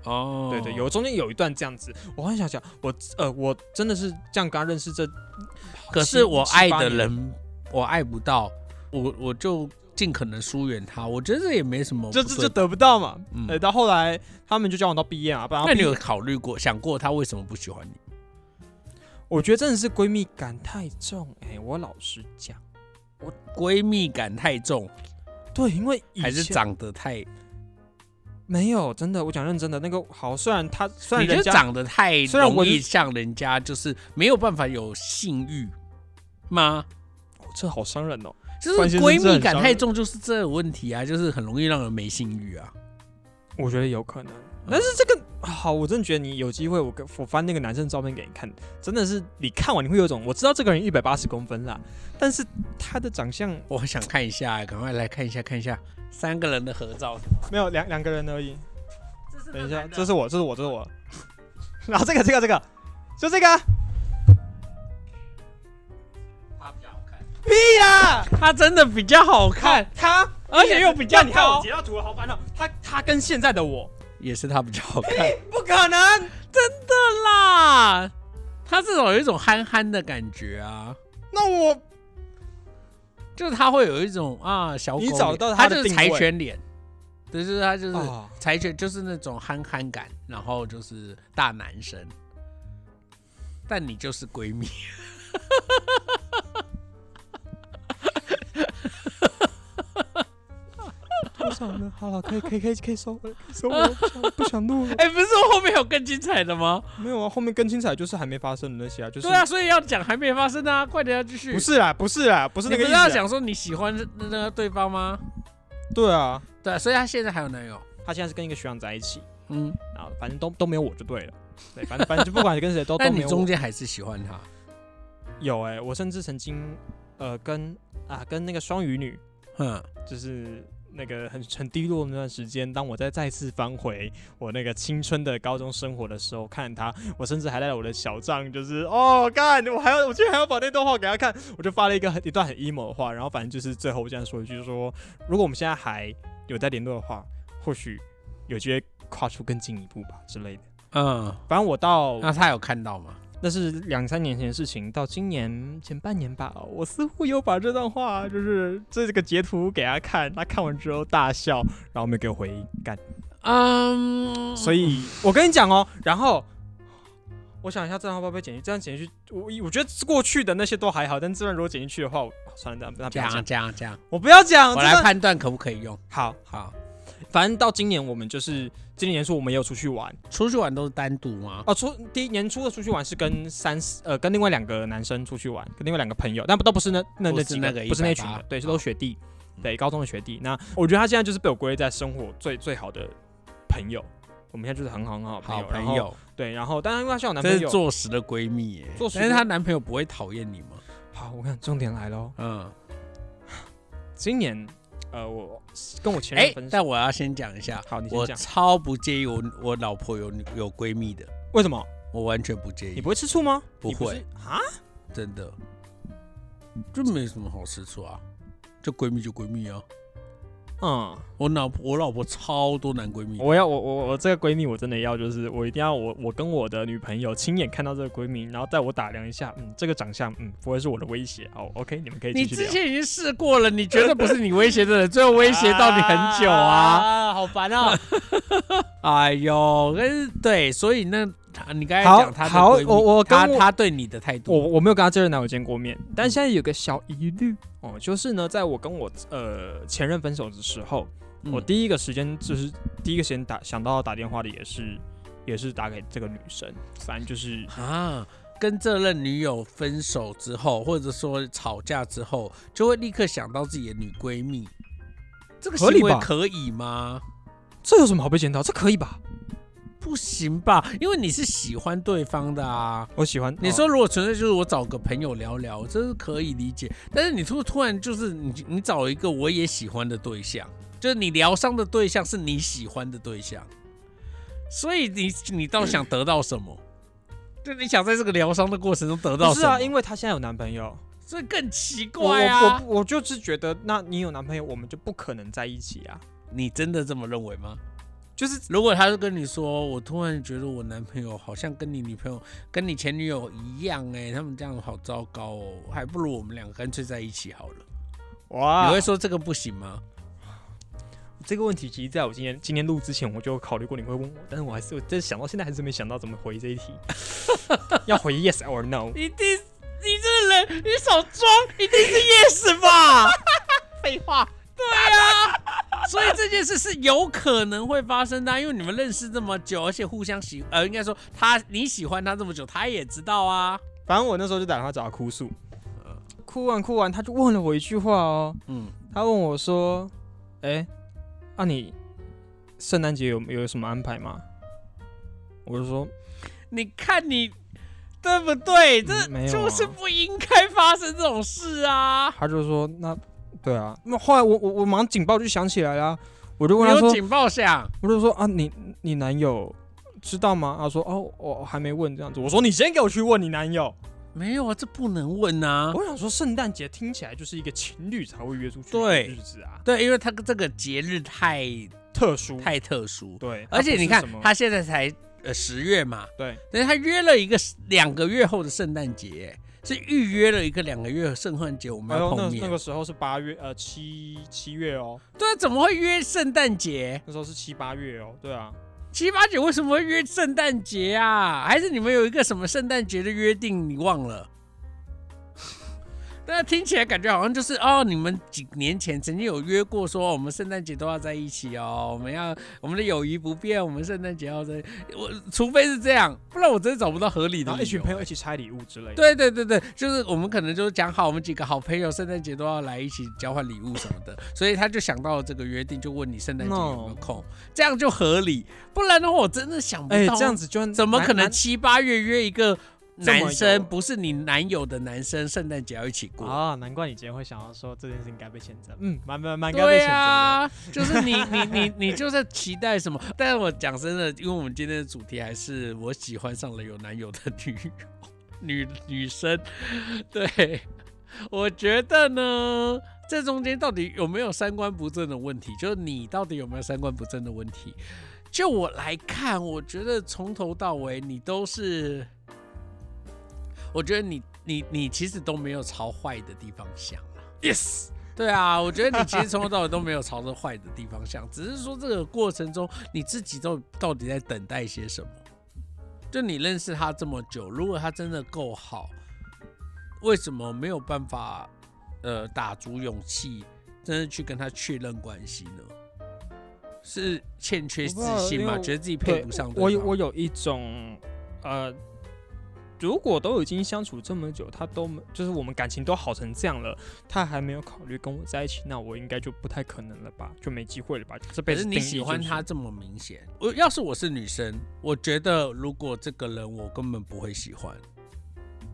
S1: 哦，
S2: 对对，有中间有一段这样子，我很想想，我呃我真的是这样跟他认识这，
S1: 哦可是我爱的
S2: 七八
S1: 人，我爱不到，我我就尽可能疏远他。我觉得这也没什么不
S2: 就
S1: 对。
S2: 就就得不到嘛，
S1: 嗯
S2: 呃到后来他们就交往到毕业啊，不然
S1: 那你有考虑过、想过他为什么不喜欢你？
S2: 我觉得真的是闺蜜感太重，哎、我老实讲，
S1: 闺蜜感太重，
S2: 对，因为以
S1: 还是
S2: 前
S1: 长得太？
S2: 没有真的，我讲认真的那个好，虽然他虽然
S1: 你就
S2: 人家
S1: 长得太
S2: 虽然我
S1: 容易
S2: 是
S1: 像人家，就是没有办法有性欲吗？
S2: 这好伤人哦。
S1: 就
S2: 关
S1: 是
S2: 先生
S1: 闺
S2: 真的
S1: 蜜
S2: 很
S1: 感
S2: 伤
S1: 太
S2: 人
S1: 重，就是这个问题啊，就是很容易让人没性欲啊。
S2: 我觉得有可能，但是这个好，我真的觉得你有机会，我跟我翻那个男生照片给你看，真的是你看完你会有一种，我知道这个人一百八十公分啦，但是他的长相
S1: 我很想看一下，赶快来看一下，看一下三个人的合照。
S2: 没有两两个人而已。
S1: 这是
S2: 等一
S1: 那
S2: 下，
S1: 男的
S2: 这是我，这是我，这是我。 然后这个这个这个，就这个啊
S1: 他比较好看，
S2: 屁啦，
S1: 他真的比较好看。
S2: 他，
S1: 而且又比较
S2: 你看我
S1: 高
S2: 截到图了，好烦恼。他他跟现在的我
S1: 也是他比较好看，
S2: 不可能。
S1: 真的啦。他至少有一种憨憨的感觉啊，
S2: 那我
S1: 就是他会有一种啊小狗脸，
S2: 你找到
S1: 他
S2: 他的
S1: 就是
S2: 定
S1: 柴
S2: 位
S1: 犬脸，对，就是他就是
S2: 啊
S1: 柴犬，就是那种憨憨感，然后就是大男生。但你就是闺 蜜，
S2: 多少好了好了，可以可以可以可以收回了，可以收回了，不想不想录 了。
S1: 哎、不是后面有更精彩的吗？
S2: 没有啊，后面更精彩就是还没发生的那些啊，就是
S1: 对啊，所以要讲还没发生啊，快点要继续。
S2: 不是啦，不是啦，不是那
S1: 你
S2: 个
S1: 不
S2: 意
S1: 是
S2: 思
S1: 要
S2: 啊。
S1: 讲说你喜欢那个对方吗？
S2: 对啊，
S1: 对啊，所以她现在还有男友。
S2: 他现在是跟一个学长在一起，
S1: 嗯，
S2: 然后反正都都没有我就对了。对，反正反正就不管跟 谁都都
S1: 但
S2: 没
S1: 你
S2: 有
S1: 中
S2: 我。
S1: 间还是喜欢他。
S2: 有哎、我甚至曾经呃跟啊跟那个双鱼女，
S1: 嗯，
S2: 就是那个很很低落的那段时间，当我在再次翻回我那个青春的高中生活的时候，看她，我甚至还带了我的小账，就是哦干，我还要我居然还要把那段话给她看，我就发了一个很一段很 emo 的话，然后反正就是最后我这样说一句说，如果我们现在还有在联络的话，或许有机会跨出更进一步吧之类的。
S1: 嗯，
S2: 反正我到
S1: 那他有看到吗？
S2: 那是两三年前的事情，到今年前半年吧，我似乎有把这段话，就是这个截图给他看，他看完之后大笑，然后没给我回应，干。
S1: 嗯，
S2: 所以我跟你讲哦，然后我想一下这段话会不会剪进去，这样剪进去，我我觉得过去的那些都还好，但这段如果剪进去的话，我算了，那那不要
S1: 嗯讲
S2: 讲，嗯
S1: 讲讲，
S2: 我不要讲，
S1: 我
S2: 真
S1: 来
S2: 的
S1: 判断可不可以用。
S2: 好，
S1: 好，
S2: 反正到今年我们就是今年年初我们也有出去玩
S1: 出去玩都是单独吗？
S2: 哦，出第一年初的出去玩是跟三四呃跟另外两个男生出去玩，跟另外两个朋友，但不都不是那那
S1: 不
S2: 那
S1: 是
S2: 几
S1: 那个
S2: 不是那
S1: 180
S2: 群的，对，是
S1: 好
S2: 都学弟，
S1: 嗯
S2: 对，高中的学弟。那我觉得他现在就是被我归类在生活最最好的朋友，我们现在就是很好很好的朋
S1: 好
S2: 友，然
S1: 朋
S2: 后
S1: 友，
S2: 对，然后当然因为她现在有男
S1: 这
S2: 朋
S1: 是
S2: 友，
S1: 坐实的闺蜜耶。
S2: 坐实
S1: 但是
S2: 的
S1: 她男朋友不会讨厌你吗？
S2: 好，我看重点来喽，
S1: 嗯，
S2: 今年呃我跟我前
S1: 哎
S2: 任分，手，
S1: 但我要先讲一下，
S2: 好，你先
S1: 我
S2: 讲，
S1: 超不介意我我老婆有有闺蜜的，
S2: 为什么
S1: 我完全不介
S2: 你
S1: 意，
S2: 不会吃醋吗？
S1: 不
S2: 你
S1: 会
S2: 是啊，
S1: 真的，就没什么好吃醋啊，就闺蜜就闺蜜啊。
S2: 嗯。
S1: 我老婆我老婆超多男闺蜜，
S2: 我要我我我这个闺蜜，我真的要就是我一定要我我跟我的女朋友亲眼看到这个闺蜜，然后带我打量一下，嗯，这个长相，嗯，不会是我的威胁。好，OK，你们可以继
S1: 你
S2: 续
S1: 之
S2: 聊。
S1: 前已经试过了，你觉得不是你威胁的人，最后威胁到你很久啊！
S2: 啊，好烦啊！
S1: 哎呦，但是对，所以那他你刚才
S2: 好
S1: 讲他的
S2: 好
S1: 闺蜜
S2: 我我跟
S1: 他
S2: 我
S1: 他对你的态
S2: 我
S1: 度，
S2: 我没有跟她真人男友见过面，但现在有个小疑虑哦，就是呢，在我跟我呃前任分手的时候，
S1: 嗯
S2: 我第一个时间就是第一个时间打想到打电话的也是也是打给这个女生，反正就是
S1: 啊，跟这任女友分手之后，或者说吵架之后，就会立刻想到自己的女闺蜜，这个行
S2: 合理
S1: 为
S2: 吧
S1: 可以吗？
S2: 这有什么好被检讨？这可以吧？
S1: 不行吧，因为你是喜欢对方的啊。
S2: 我喜欢
S1: 你
S2: 哦
S1: 说如果纯粹就是我找个朋友聊聊，这是可以理解。但是你突突然就是你你找一个我也喜欢的对象，就是你疗伤的对象是你喜欢的对象，所以你你到底想得到什么？就你想在这个疗伤的过程中得到
S2: 不
S1: 什
S2: 是
S1: 么？
S2: 啊，因为她现在有男朋友。
S1: 所以更奇
S2: 我
S1: 怪啊！
S2: 我我我就是觉得，那你有男朋友，我们就不可能在一起啊。
S1: 你真的这么认为吗？
S2: 就是
S1: 如果他就跟你说，我突然觉得我男朋友好像跟你女朋友、跟你前女友一样、哎，他们这样好糟糕哦，还不如我们两个干脆在一起好了。
S2: 哇
S1: 你会说这个不行吗？
S2: 这个问题，其实在我今天今天录之前，我就有考虑过你会问我，但是我还是我真的想到现在还是没想到怎么回这一题。 要回 yes or no？
S1: 一定，你这个人，你少装，一定是 yes 吧？啊
S2: 废话，
S1: 所以这件事是有可能会发生的啊、因为你们认识这么久，而且互相喜，呃，应该说他你喜欢他这么久，他也知道啊。
S2: 反正我那时候就打电话找他哭诉，哭完哭完，他就问了我一句话哦，
S1: 嗯，
S2: 他问我说：“哎、那、你圣诞节有有什么安排吗？”我就说
S1: 你看你对不对？这
S2: 嗯没有啊
S1: 就是不应该发生这种事啊！
S2: 他就说那对啊，那后来我我我马上警报就响起来啦，我就
S1: 你
S2: 问他
S1: 有
S2: 说，
S1: 警报响，
S2: 我就说啊，你你男友知道吗？他说哦，我还没问这样子。我说你先给我去问你男友。
S1: 没有啊？这不能问啊。
S2: 我想说圣诞节听起来就是一个情侣才会约出去的
S1: 对
S2: 日子啊，
S1: 对，因为他这个节日太
S2: 特殊
S1: 太特殊，
S2: 对，
S1: 而且你看
S2: 它不是什么
S1: 他现在才呃十月嘛，
S2: 对
S1: 但是他约了一个两个月后的圣诞节，是预约了一个两个月的圣诞节我们
S2: 哎
S1: 要
S2: 呦，
S1: 碰
S2: 那
S1: 面。
S2: 那个时候是八月呃七七月哦，
S1: 对啊，怎么会约圣诞节？
S2: 那时候是七八月哦，对啊，
S1: 七八九为什么会约圣诞节啊？还是你们有一个什么圣诞节的约定？你忘了？ 但是听起来感觉好像就是哦，你们几年前曾经有约过说，哦我们圣诞节都要在一起哦，我们要我们的友谊不变，我们圣诞节要在，我除非是这样，不然我真的找不到合理的
S2: 然
S1: 理由啊
S2: 后一群朋友一起拆礼物之类的。
S1: 对对对对，就是我们可能就是讲好，我们几个好朋友圣诞节都要来一起交换礼物什么的，所以他就想到了这个约定，就问你圣诞节有没有空这样就合理。不然的话，我真的想不
S2: 哦哎、
S1: 到，
S2: 这样子就
S1: 怎么可能
S2: 蛮
S1: 七八月约一个男
S2: 这么有哦
S1: 生，不是你男友的男生，圣诞节要一起过？
S3: 啊，难怪你今天会想要说这件事情该被谴责。嗯，蛮蛮蛮该被谴
S1: 对
S3: 责的。
S1: 啊，就是你你你你就在期待什么？但是我讲真的，因为我们今天的主题还是我喜欢上了有男友的女女女生，对，我觉得呢，这中间到底有没有三观不正的问题？就是你到底有没有三观不正的问题？就我来看，我觉得从头到尾你都是，我觉得你你你其实都没有朝坏的地方想啊。
S2: yes，
S1: 对啊，我觉得你其实从头到尾都没有朝着坏的地方想，只是说这个过程中你自己都到底在等待些什么？就你认识他这么久，如果他真的够好，为什么没有办法呃打足勇气，真的去跟他确认关系呢？是欠缺自信
S2: 我不知道因为
S1: 吗？
S2: 我
S1: 觉得自己配不上
S2: 我
S1: 对
S2: 有
S1: 方？
S2: 我有一种呃，如果都已经相处这么久，他都没就是我们感情都好成这样了，他还没有考虑跟我在一起，那我应该就不太可能了吧，就没机会了吧？这辈
S1: 可
S2: 子
S1: 是你
S2: 定义
S1: 喜
S2: 就
S1: 欢
S2: 是
S1: 他这么明显，我要是我是女生，我觉得如果这个人我根本不会喜欢，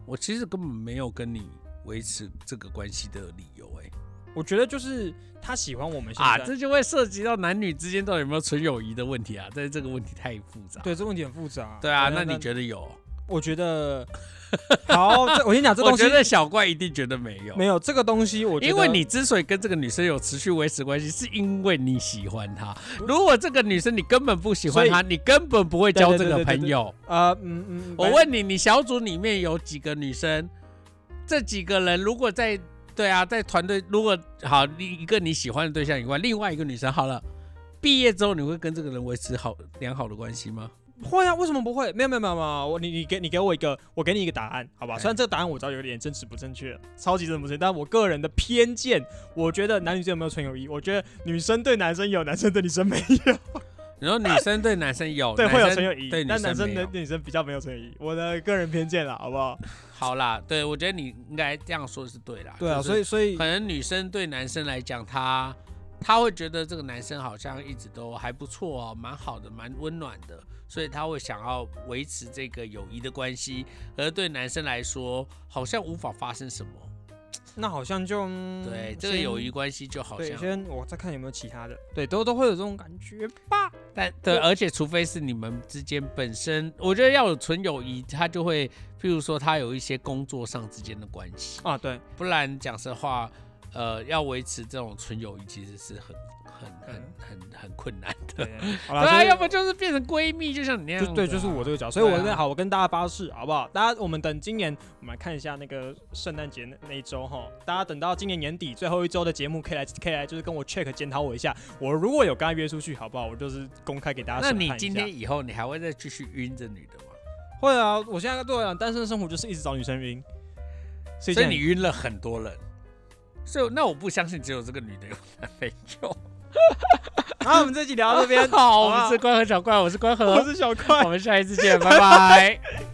S1: 我其实根本没有跟你维持这个关系的理由、欸，
S2: 我觉得就是他喜欢我们现在
S1: 啊，这就会涉及到男女之间到底有没有纯友谊的问题啊，但是这个问题太复杂。
S2: 对这问题很复杂。
S1: 对啊，
S2: 等
S1: 那
S2: 等
S1: 你觉得有？
S2: 我觉得好，这我先讲 这
S1: 我
S2: 东西
S1: 觉得小怪一定觉得没有，
S2: 没有这个东西，我觉得
S1: 因为你之所以跟这个女生有持续维持关系，是因为你喜欢她。如果这个女生你根本不喜欢她，你根本不会交这个
S2: 对对对对对
S1: 朋友。
S2: 呃嗯嗯，
S1: 我问你，你小组里面有几个女生？这几个人如果在对啊，在团队如果好，你一个你喜欢的对象以外，另外一个女生好了，毕业之后你会跟这个人维持好良好的关系吗？
S2: 会啊，为什么不会？没有没有没有没有，我你你给你给我一个，我给你一个答案，好吧？
S1: 哎
S2: 虽然这个答案我知道有点真实不正确，超级真实不正确，但我个人的偏见，我觉得男女之间有没有纯友谊？我觉得女生对男生有，男生对女生没有，
S1: 然后女生对男生有，
S2: 对会有
S1: 哦男
S2: 纯
S1: 生
S2: 友谊，
S1: 对女
S2: 但男
S1: 生没
S2: 生对
S1: 有。
S2: 女生比较没有纯友谊，我的个人偏见啦，好不 好？
S1: 好啦，对我觉得你应该这样说是对啦。就是
S2: 以啊所以
S1: 可能女生对男生来讲，她她会觉得这个男生好像一直都还不错哦，蛮好的，蛮温暖的，所以她会想要维持这个友谊的关系。而对男生来说，好像无法发生什么，
S2: 那好像就、嗯
S1: 对这个
S2: 先
S1: 友谊关系就好
S2: 对，
S1: 像，
S2: 先我再看有没有其他的，对，都都会有这种感觉吧。
S1: 但对，而且除非是你们之间本身，我觉得要有纯友谊，他就会，譬如说他有一些工作上之间的关系，
S2: 啊，对，
S1: 不然讲实话，呃，要维持这种纯友谊其实是很很
S2: 嗯
S1: 很很很困难的。
S2: 对， 好啦
S1: 对啊，
S2: 就是
S1: 要不就是变成闺蜜，就像你那样、
S2: 就对，就是我。这个角，所以
S1: 对
S2: 我
S1: 啊
S2: 跟、好，我跟大家发誓，好不好？大家，我们等今年，我们来看一下那个圣诞节那那一周哈，大家等到今年年底最后一周的节目，可以来，可以来，就是跟我 check 检讨我一下，我如果有跟他约出去，好不好？我就是公开给大家
S1: 那
S2: 审判一
S1: 你
S2: 下。
S1: 今天以后，你还会再继续晕这女的吗？
S2: 会啊？我现在对我来讲，单身生活就是一直找女生晕，所
S1: 所
S2: 以
S1: 以
S2: 现在
S1: 你晕了很多人，所以那我不相信只有这个女的有男朋友。
S2: 好，我们这集聊到这边
S1: ，好，我
S2: 好
S1: 们
S2: 啊
S1: 是关河小怪，我是关
S2: 我
S1: 河，
S2: 是小快
S1: 我。们下一次见，拜拜。